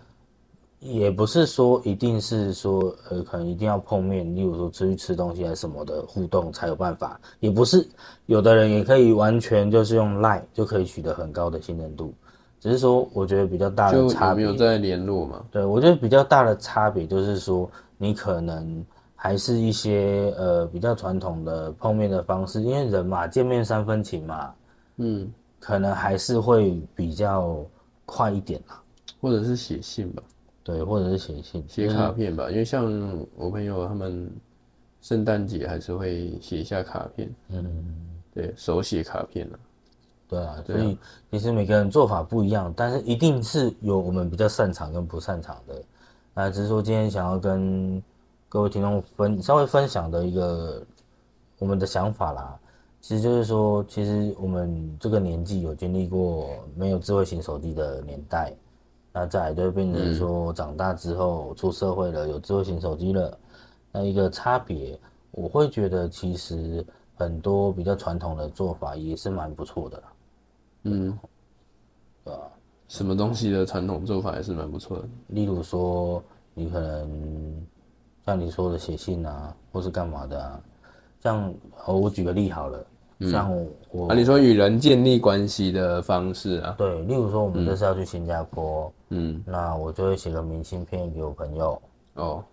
Speaker 2: 也不是说一定是说呃，可能一定要碰面，例如说出去吃东西还是什么的互动才有办法，也不是有的人也可以完全就是用 Line 就可以取得很高的信任度，只是说我觉得比较大的
Speaker 1: 就
Speaker 2: 差
Speaker 1: 有没
Speaker 2: 别，
Speaker 1: 有在联络嘛？
Speaker 2: 对我觉得比较大的差别就是说你可能。还是一些呃比较传统的碰面的方式，因为人嘛见面三分情嘛，
Speaker 1: 嗯，
Speaker 2: 可能还是会比较快一点啦。
Speaker 1: 或者是写信吧，
Speaker 2: 对，或者是写信，
Speaker 1: 写卡片吧，因为像我朋友他们圣诞节还是会写一下卡片，
Speaker 2: 嗯，
Speaker 1: 对手写卡片啊。
Speaker 2: 对啊，
Speaker 1: 对
Speaker 2: 所
Speaker 1: 啊
Speaker 2: 以其实每个人做法不一样，但是一定是有我们比较擅长跟不擅长的。那只是说今天想要跟各位听众分稍微分享的一个我们的想法啦，其实就是说，其实我们这个年纪有经历过没有智慧型手机的年代，那再来就会变成说长大之后出社会了，有智慧型手机了，那一个差别，我会觉得其实很多比较传统的做法也是蛮不错的啦。
Speaker 1: 嗯，啊什么东西的传统做法还是蛮不错的。
Speaker 2: 例如说，你可能像你说的写信啊，或是干嘛的啊，像哦，我举个例好了，像我、
Speaker 1: 嗯啊，你说与人建立关系的方式啊，
Speaker 2: 对，例如说我们这次要去新加坡，
Speaker 1: 嗯，
Speaker 2: 那我就会写个明信片给我朋友，
Speaker 1: 哦，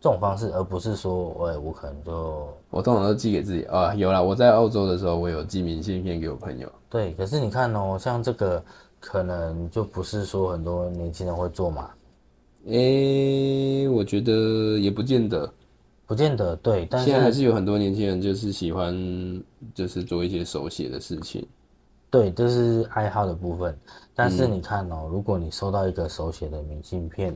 Speaker 2: 这种方式，而不是说，喂，我可能就
Speaker 1: 我通常都寄给自己啊。有啦，我在澳洲的时候，我有寄明信片给我朋友。
Speaker 2: 对。可是你看哦，像这个可能就不是说很多年轻人会做嘛，
Speaker 1: 诶、我觉得也不见得，
Speaker 2: 不见得对，但
Speaker 1: 现在还
Speaker 2: 是
Speaker 1: 是有很多年轻人就是喜欢，就是做一些手写的事情。
Speaker 2: 对，这是爱好的部分。但
Speaker 1: 嗯
Speaker 2: 是你看哦，如果你收到一个手写的明信片，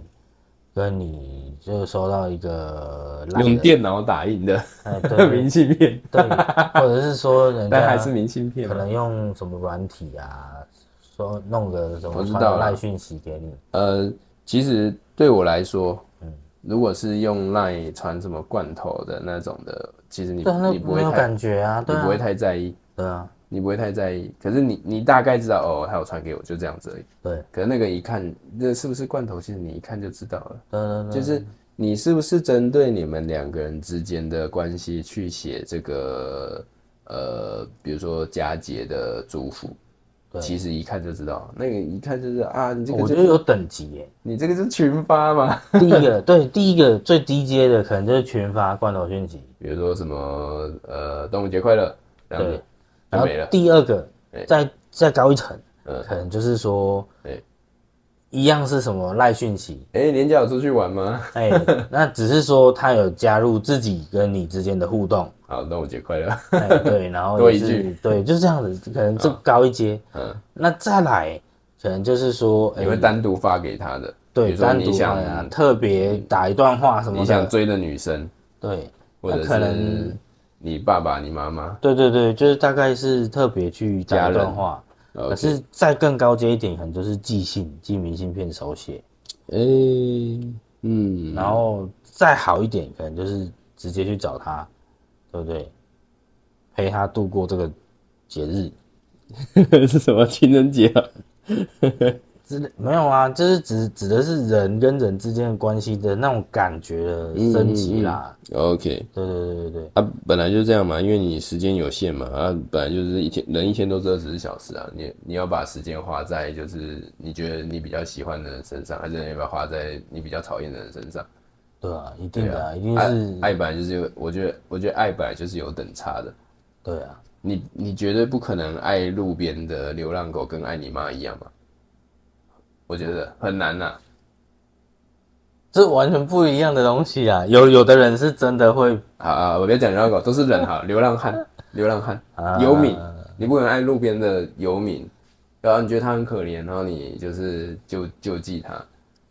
Speaker 2: 跟你就收到一 个烂
Speaker 1: 用
Speaker 2: 的，
Speaker 1: 电脑打印的
Speaker 2: 哎，对
Speaker 1: 明信片，
Speaker 2: 对，啊或者是说人
Speaker 1: 但还
Speaker 2: 家
Speaker 1: 是明信片
Speaker 2: 可
Speaker 1: 嘛。
Speaker 2: 能用什么软体啊，说弄个什
Speaker 1: 我
Speaker 2: 么
Speaker 1: 知
Speaker 2: 传
Speaker 1: 道
Speaker 2: 个
Speaker 1: 啦
Speaker 2: 赖讯息给你，
Speaker 1: 呃，其实对我来说，
Speaker 2: 嗯
Speaker 1: 如果是用 LINE 传什么罐头的那种的，其实你
Speaker 2: 对啊，那
Speaker 1: 你不会
Speaker 2: 没有
Speaker 1: 太
Speaker 2: 感觉啊，
Speaker 1: 你
Speaker 2: 对
Speaker 1: 不会
Speaker 2: 啊，
Speaker 1: 太在意，
Speaker 2: 对啊，
Speaker 1: 你不会太在意。可是你你大概知道哦，他有传给我，就这样子而已。
Speaker 2: 对，
Speaker 1: 可是那个一看，那是不是罐头？其实你一看就知道了，
Speaker 2: 对对对，
Speaker 1: 就是你是不是针对你们两个人之间的关系去写这个呃，比如说佳节的祝福，
Speaker 2: 对
Speaker 1: 其实一看就知道，那个一看就是啊，你这
Speaker 2: 我
Speaker 1: 个
Speaker 2: 觉
Speaker 1: 就
Speaker 2: 得有等级耶。
Speaker 1: 你这个是群发嘛？
Speaker 2: 第一个对，第一个最低阶的可能就是群发罐头讯息，
Speaker 1: 比如说什么呃，端午节快乐这样
Speaker 2: 对
Speaker 1: 子，，就
Speaker 2: 然后
Speaker 1: 没了。
Speaker 2: 第二个
Speaker 1: 对
Speaker 2: 再再高一层，
Speaker 1: 嗯
Speaker 2: 可能就是说
Speaker 1: 对，
Speaker 2: 一样是什么赖讯 息，
Speaker 1: 哎、年假有出去玩吗？
Speaker 2: 哎，那只是说他有加入自己跟你之间的互动，
Speaker 1: 好，端午节快 乐。
Speaker 2: 哎，对，然后
Speaker 1: 多
Speaker 2: 也
Speaker 1: 一
Speaker 2: 是
Speaker 1: 句
Speaker 2: 对，就是这样子，可能这高一阶，
Speaker 1: 嗯，
Speaker 2: 那再来可能就是说，哎
Speaker 1: 你，会单独发给他的，比
Speaker 2: 对，
Speaker 1: 如说
Speaker 2: 单
Speaker 1: 你
Speaker 2: 独
Speaker 1: 想、
Speaker 2: 啊，特别打一段话什么
Speaker 1: 你想
Speaker 2: 的，
Speaker 1: 追的女生，
Speaker 2: 对，
Speaker 1: 或者
Speaker 2: 那可
Speaker 1: 是
Speaker 2: 能
Speaker 1: 你爸爸、你妈妈，
Speaker 2: 对对对，就是大概是特别去打一
Speaker 1: 家
Speaker 2: 段
Speaker 1: 人
Speaker 2: 话。可
Speaker 1: 可
Speaker 2: 是再更高阶一点，可能就是寄信、寄明信片手写，
Speaker 1: 哎、嗯，
Speaker 2: 然后再好一点，可能就是直接去找他，对不对？陪他度过这个节日。
Speaker 1: 是什么情人节啊？
Speaker 2: 之类没有啊，就是指指的是人跟人之间的关系的那种感觉的升级啦。
Speaker 1: OK，
Speaker 2: 对对对对对，
Speaker 1: 啊，本来就这样嘛，因为你时间有限嘛，啊，本来就是一天人一天都只有二十四小时啊，你你要把时间花在就是你觉得你比较喜欢的人身上，还是你把它花在你比较讨厌的人身上？
Speaker 2: 对啊，一定
Speaker 1: 对
Speaker 2: 的、
Speaker 1: 啊
Speaker 2: 啊，一定
Speaker 1: 爱
Speaker 2: 是
Speaker 1: 爱本来就是有，我觉得我觉得爱本来就是有等差的，
Speaker 2: 对啊，
Speaker 1: 你你绝对不可能爱路边的流浪狗跟爱你妈一样嘛，我觉得很难呐、
Speaker 2: 这完全不一样的东西啊。有有的人是真的会
Speaker 1: 好啊，我不要讲流浪狗，都是人哈，流浪汉，流浪汉，
Speaker 2: 啊
Speaker 1: 游民，你不能爱路边的游民，然后你觉得他很可怜，然后你就是救救济他，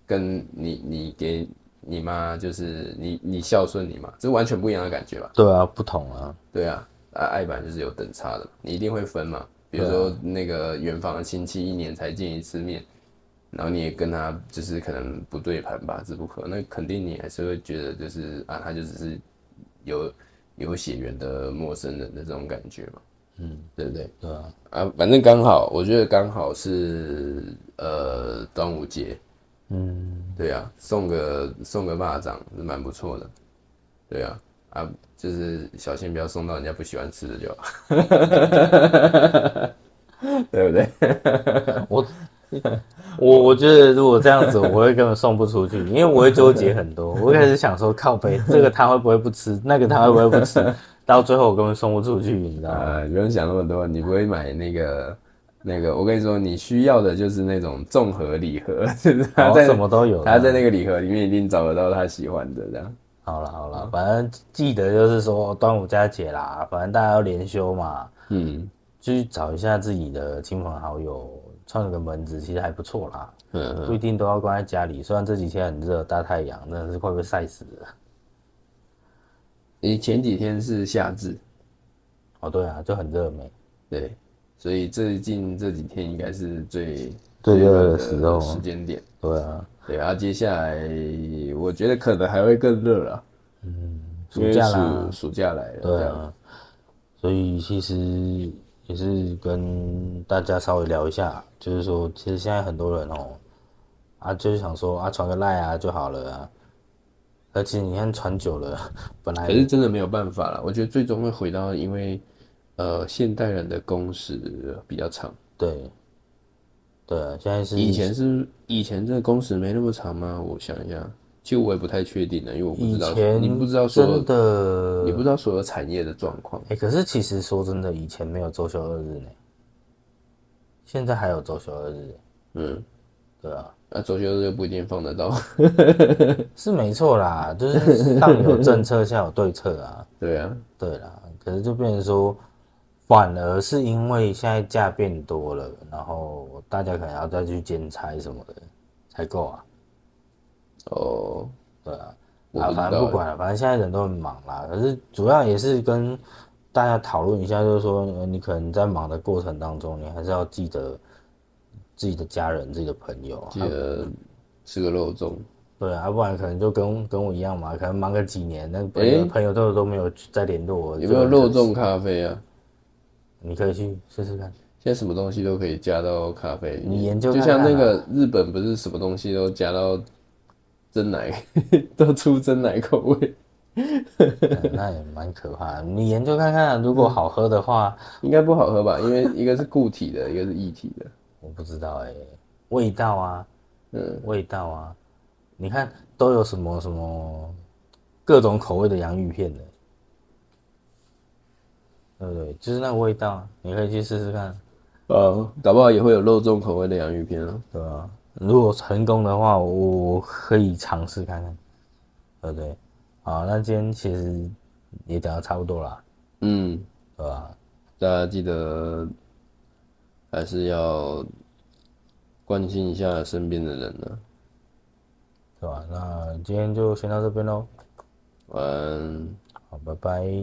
Speaker 1: 跟你你给你妈就是你你孝顺你妈，这完全不一样的感觉吧？
Speaker 2: 对啊，不同啊，
Speaker 1: 对啊，啊爱版就是有等差的，你一定会分嘛。比如说那个远房的亲戚一年才见一次面，然后你也跟他就是可能不对盘吧，这不可，那肯定你还是会觉得就是啊，他就只是有有血缘的陌生人的这种感觉嘛，嗯，对不对？
Speaker 2: 对啊，
Speaker 1: 啊，反正刚好，我觉得刚好是呃端午节，
Speaker 2: 嗯，
Speaker 1: 对啊，送个送个蚂蚱是蛮不错的，对啊，啊，就是小心不要送到人家不喜欢吃的就好， 对不对？
Speaker 2: 我。我我觉得如果这样子，我会根本送不出去，因为我会纠结很多。我一开始想说靠背，这个他会不会不吃，那个他会不会不吃，到最后我根本送不出去，你知道吗？
Speaker 1: 呃，不用想那么多，你不会买那个那个，我跟你说，你需要的就是那种综合礼盒， 就是
Speaker 2: 然
Speaker 1: 他
Speaker 2: 后
Speaker 1: 在
Speaker 2: 哦什么都有，
Speaker 1: 他在那个礼盒里面一定找得到他喜欢的这样。
Speaker 2: 好了好了，反正记得就是说端午佳节啦，反正大家要连休嘛，
Speaker 1: 嗯
Speaker 2: 去找一下自己的亲朋好友，串个门子，其实还不错啦，
Speaker 1: 嗯嗯，
Speaker 2: 不一定都要关在家里。虽然这几天很热，大太阳真的是快被晒死了。
Speaker 1: 你前几天是夏至，
Speaker 2: 哦，对啊，就很热没？
Speaker 1: 对，所以最近这几天应该是最
Speaker 2: 最热的
Speaker 1: 最
Speaker 2: 时候
Speaker 1: 时间点。
Speaker 2: 对啊，
Speaker 1: 对啊，接下来我觉得可能还会更热了，因
Speaker 2: 暑
Speaker 1: 为
Speaker 2: 假啦
Speaker 1: 暑，暑假来了，
Speaker 2: 对
Speaker 1: 这样
Speaker 2: 啊，所以其实也是跟大家稍微聊一下，就是说，其实现在很多人哦，啊，就是想说啊，传个赖啊就好了啊。而且你看传久了， 本来
Speaker 1: 可是真的没有办法了，我觉得最终会回到，因为呃，现代人的工时比较长，
Speaker 2: 对，对啊，现在是
Speaker 1: 以前是以前这个工时没那么长吗？我想一下，其实我也不太确定了，因为我不
Speaker 2: 以
Speaker 1: 知道，
Speaker 2: 前
Speaker 1: 你不知道所
Speaker 2: 真
Speaker 1: 有，
Speaker 2: 的
Speaker 1: 你不知道所有产业的状况。
Speaker 2: 哎、可是其实说真的，以前没有周休二日呢，现在还有周休二日，
Speaker 1: 嗯，
Speaker 2: 对啊，
Speaker 1: 那左修就不一定放得到。
Speaker 2: 是没错啦，就是上有政策，下有对策啊。
Speaker 1: 对啊，
Speaker 2: 对啦，可是就变成说，反而是因为现在价变多了，然后大家可能要再去兼差什么的才够啊。
Speaker 1: 哦，
Speaker 2: 对啊，
Speaker 1: 我
Speaker 2: 啊，
Speaker 1: 不知
Speaker 2: 反
Speaker 1: 道欸
Speaker 2: 正不管了，反正现在人都很忙啦。可是主要也是跟大家讨论一下，就是说，呃你可能在忙的过程当中，你还是要记得自己的家人、自己的朋友啊
Speaker 1: 记。得呃吃个肉粽。
Speaker 2: 对啊，要不然可能就跟跟我一样嘛，可能忙个几年，那朋友、
Speaker 1: 诶
Speaker 2: 朋友都都没有再联络我。
Speaker 1: 有没有
Speaker 2: 这个
Speaker 1: 肉粽咖啡啊？
Speaker 2: 你可以去试试看。
Speaker 1: 现在什么东西都可以加到咖啡里面
Speaker 2: 你研究
Speaker 1: 就像
Speaker 2: 看看啊
Speaker 1: 那个日本不是什么东西都加到真奶， 都出真奶口味，
Speaker 2: 嗯那也蛮可怕的。你研究看看，如果
Speaker 1: 嗯
Speaker 2: 好喝的话，
Speaker 1: 应该不好喝吧？因为一个是固体的，一个是液体 的。
Speaker 2: 我不知道哎、味道啊，
Speaker 1: 嗯，
Speaker 2: 味道啊，你看都有什么什么各种口味的洋芋片的，对不对？就是那个味道，啊你可以去试试看，
Speaker 1: 呃，搞不好也会有肉粽口味的洋芋片啊。
Speaker 2: 对吧？嗯如果成功的话，我我可以尝试看看，对不对？好，那今天其实也讲的差不多啦，
Speaker 1: 嗯，
Speaker 2: 对吧？
Speaker 1: 大家记得还是要关心一下身边的人啊呢、
Speaker 2: 对吧？那今天就先到这边喽，
Speaker 1: 晚安。
Speaker 2: 好，拜拜。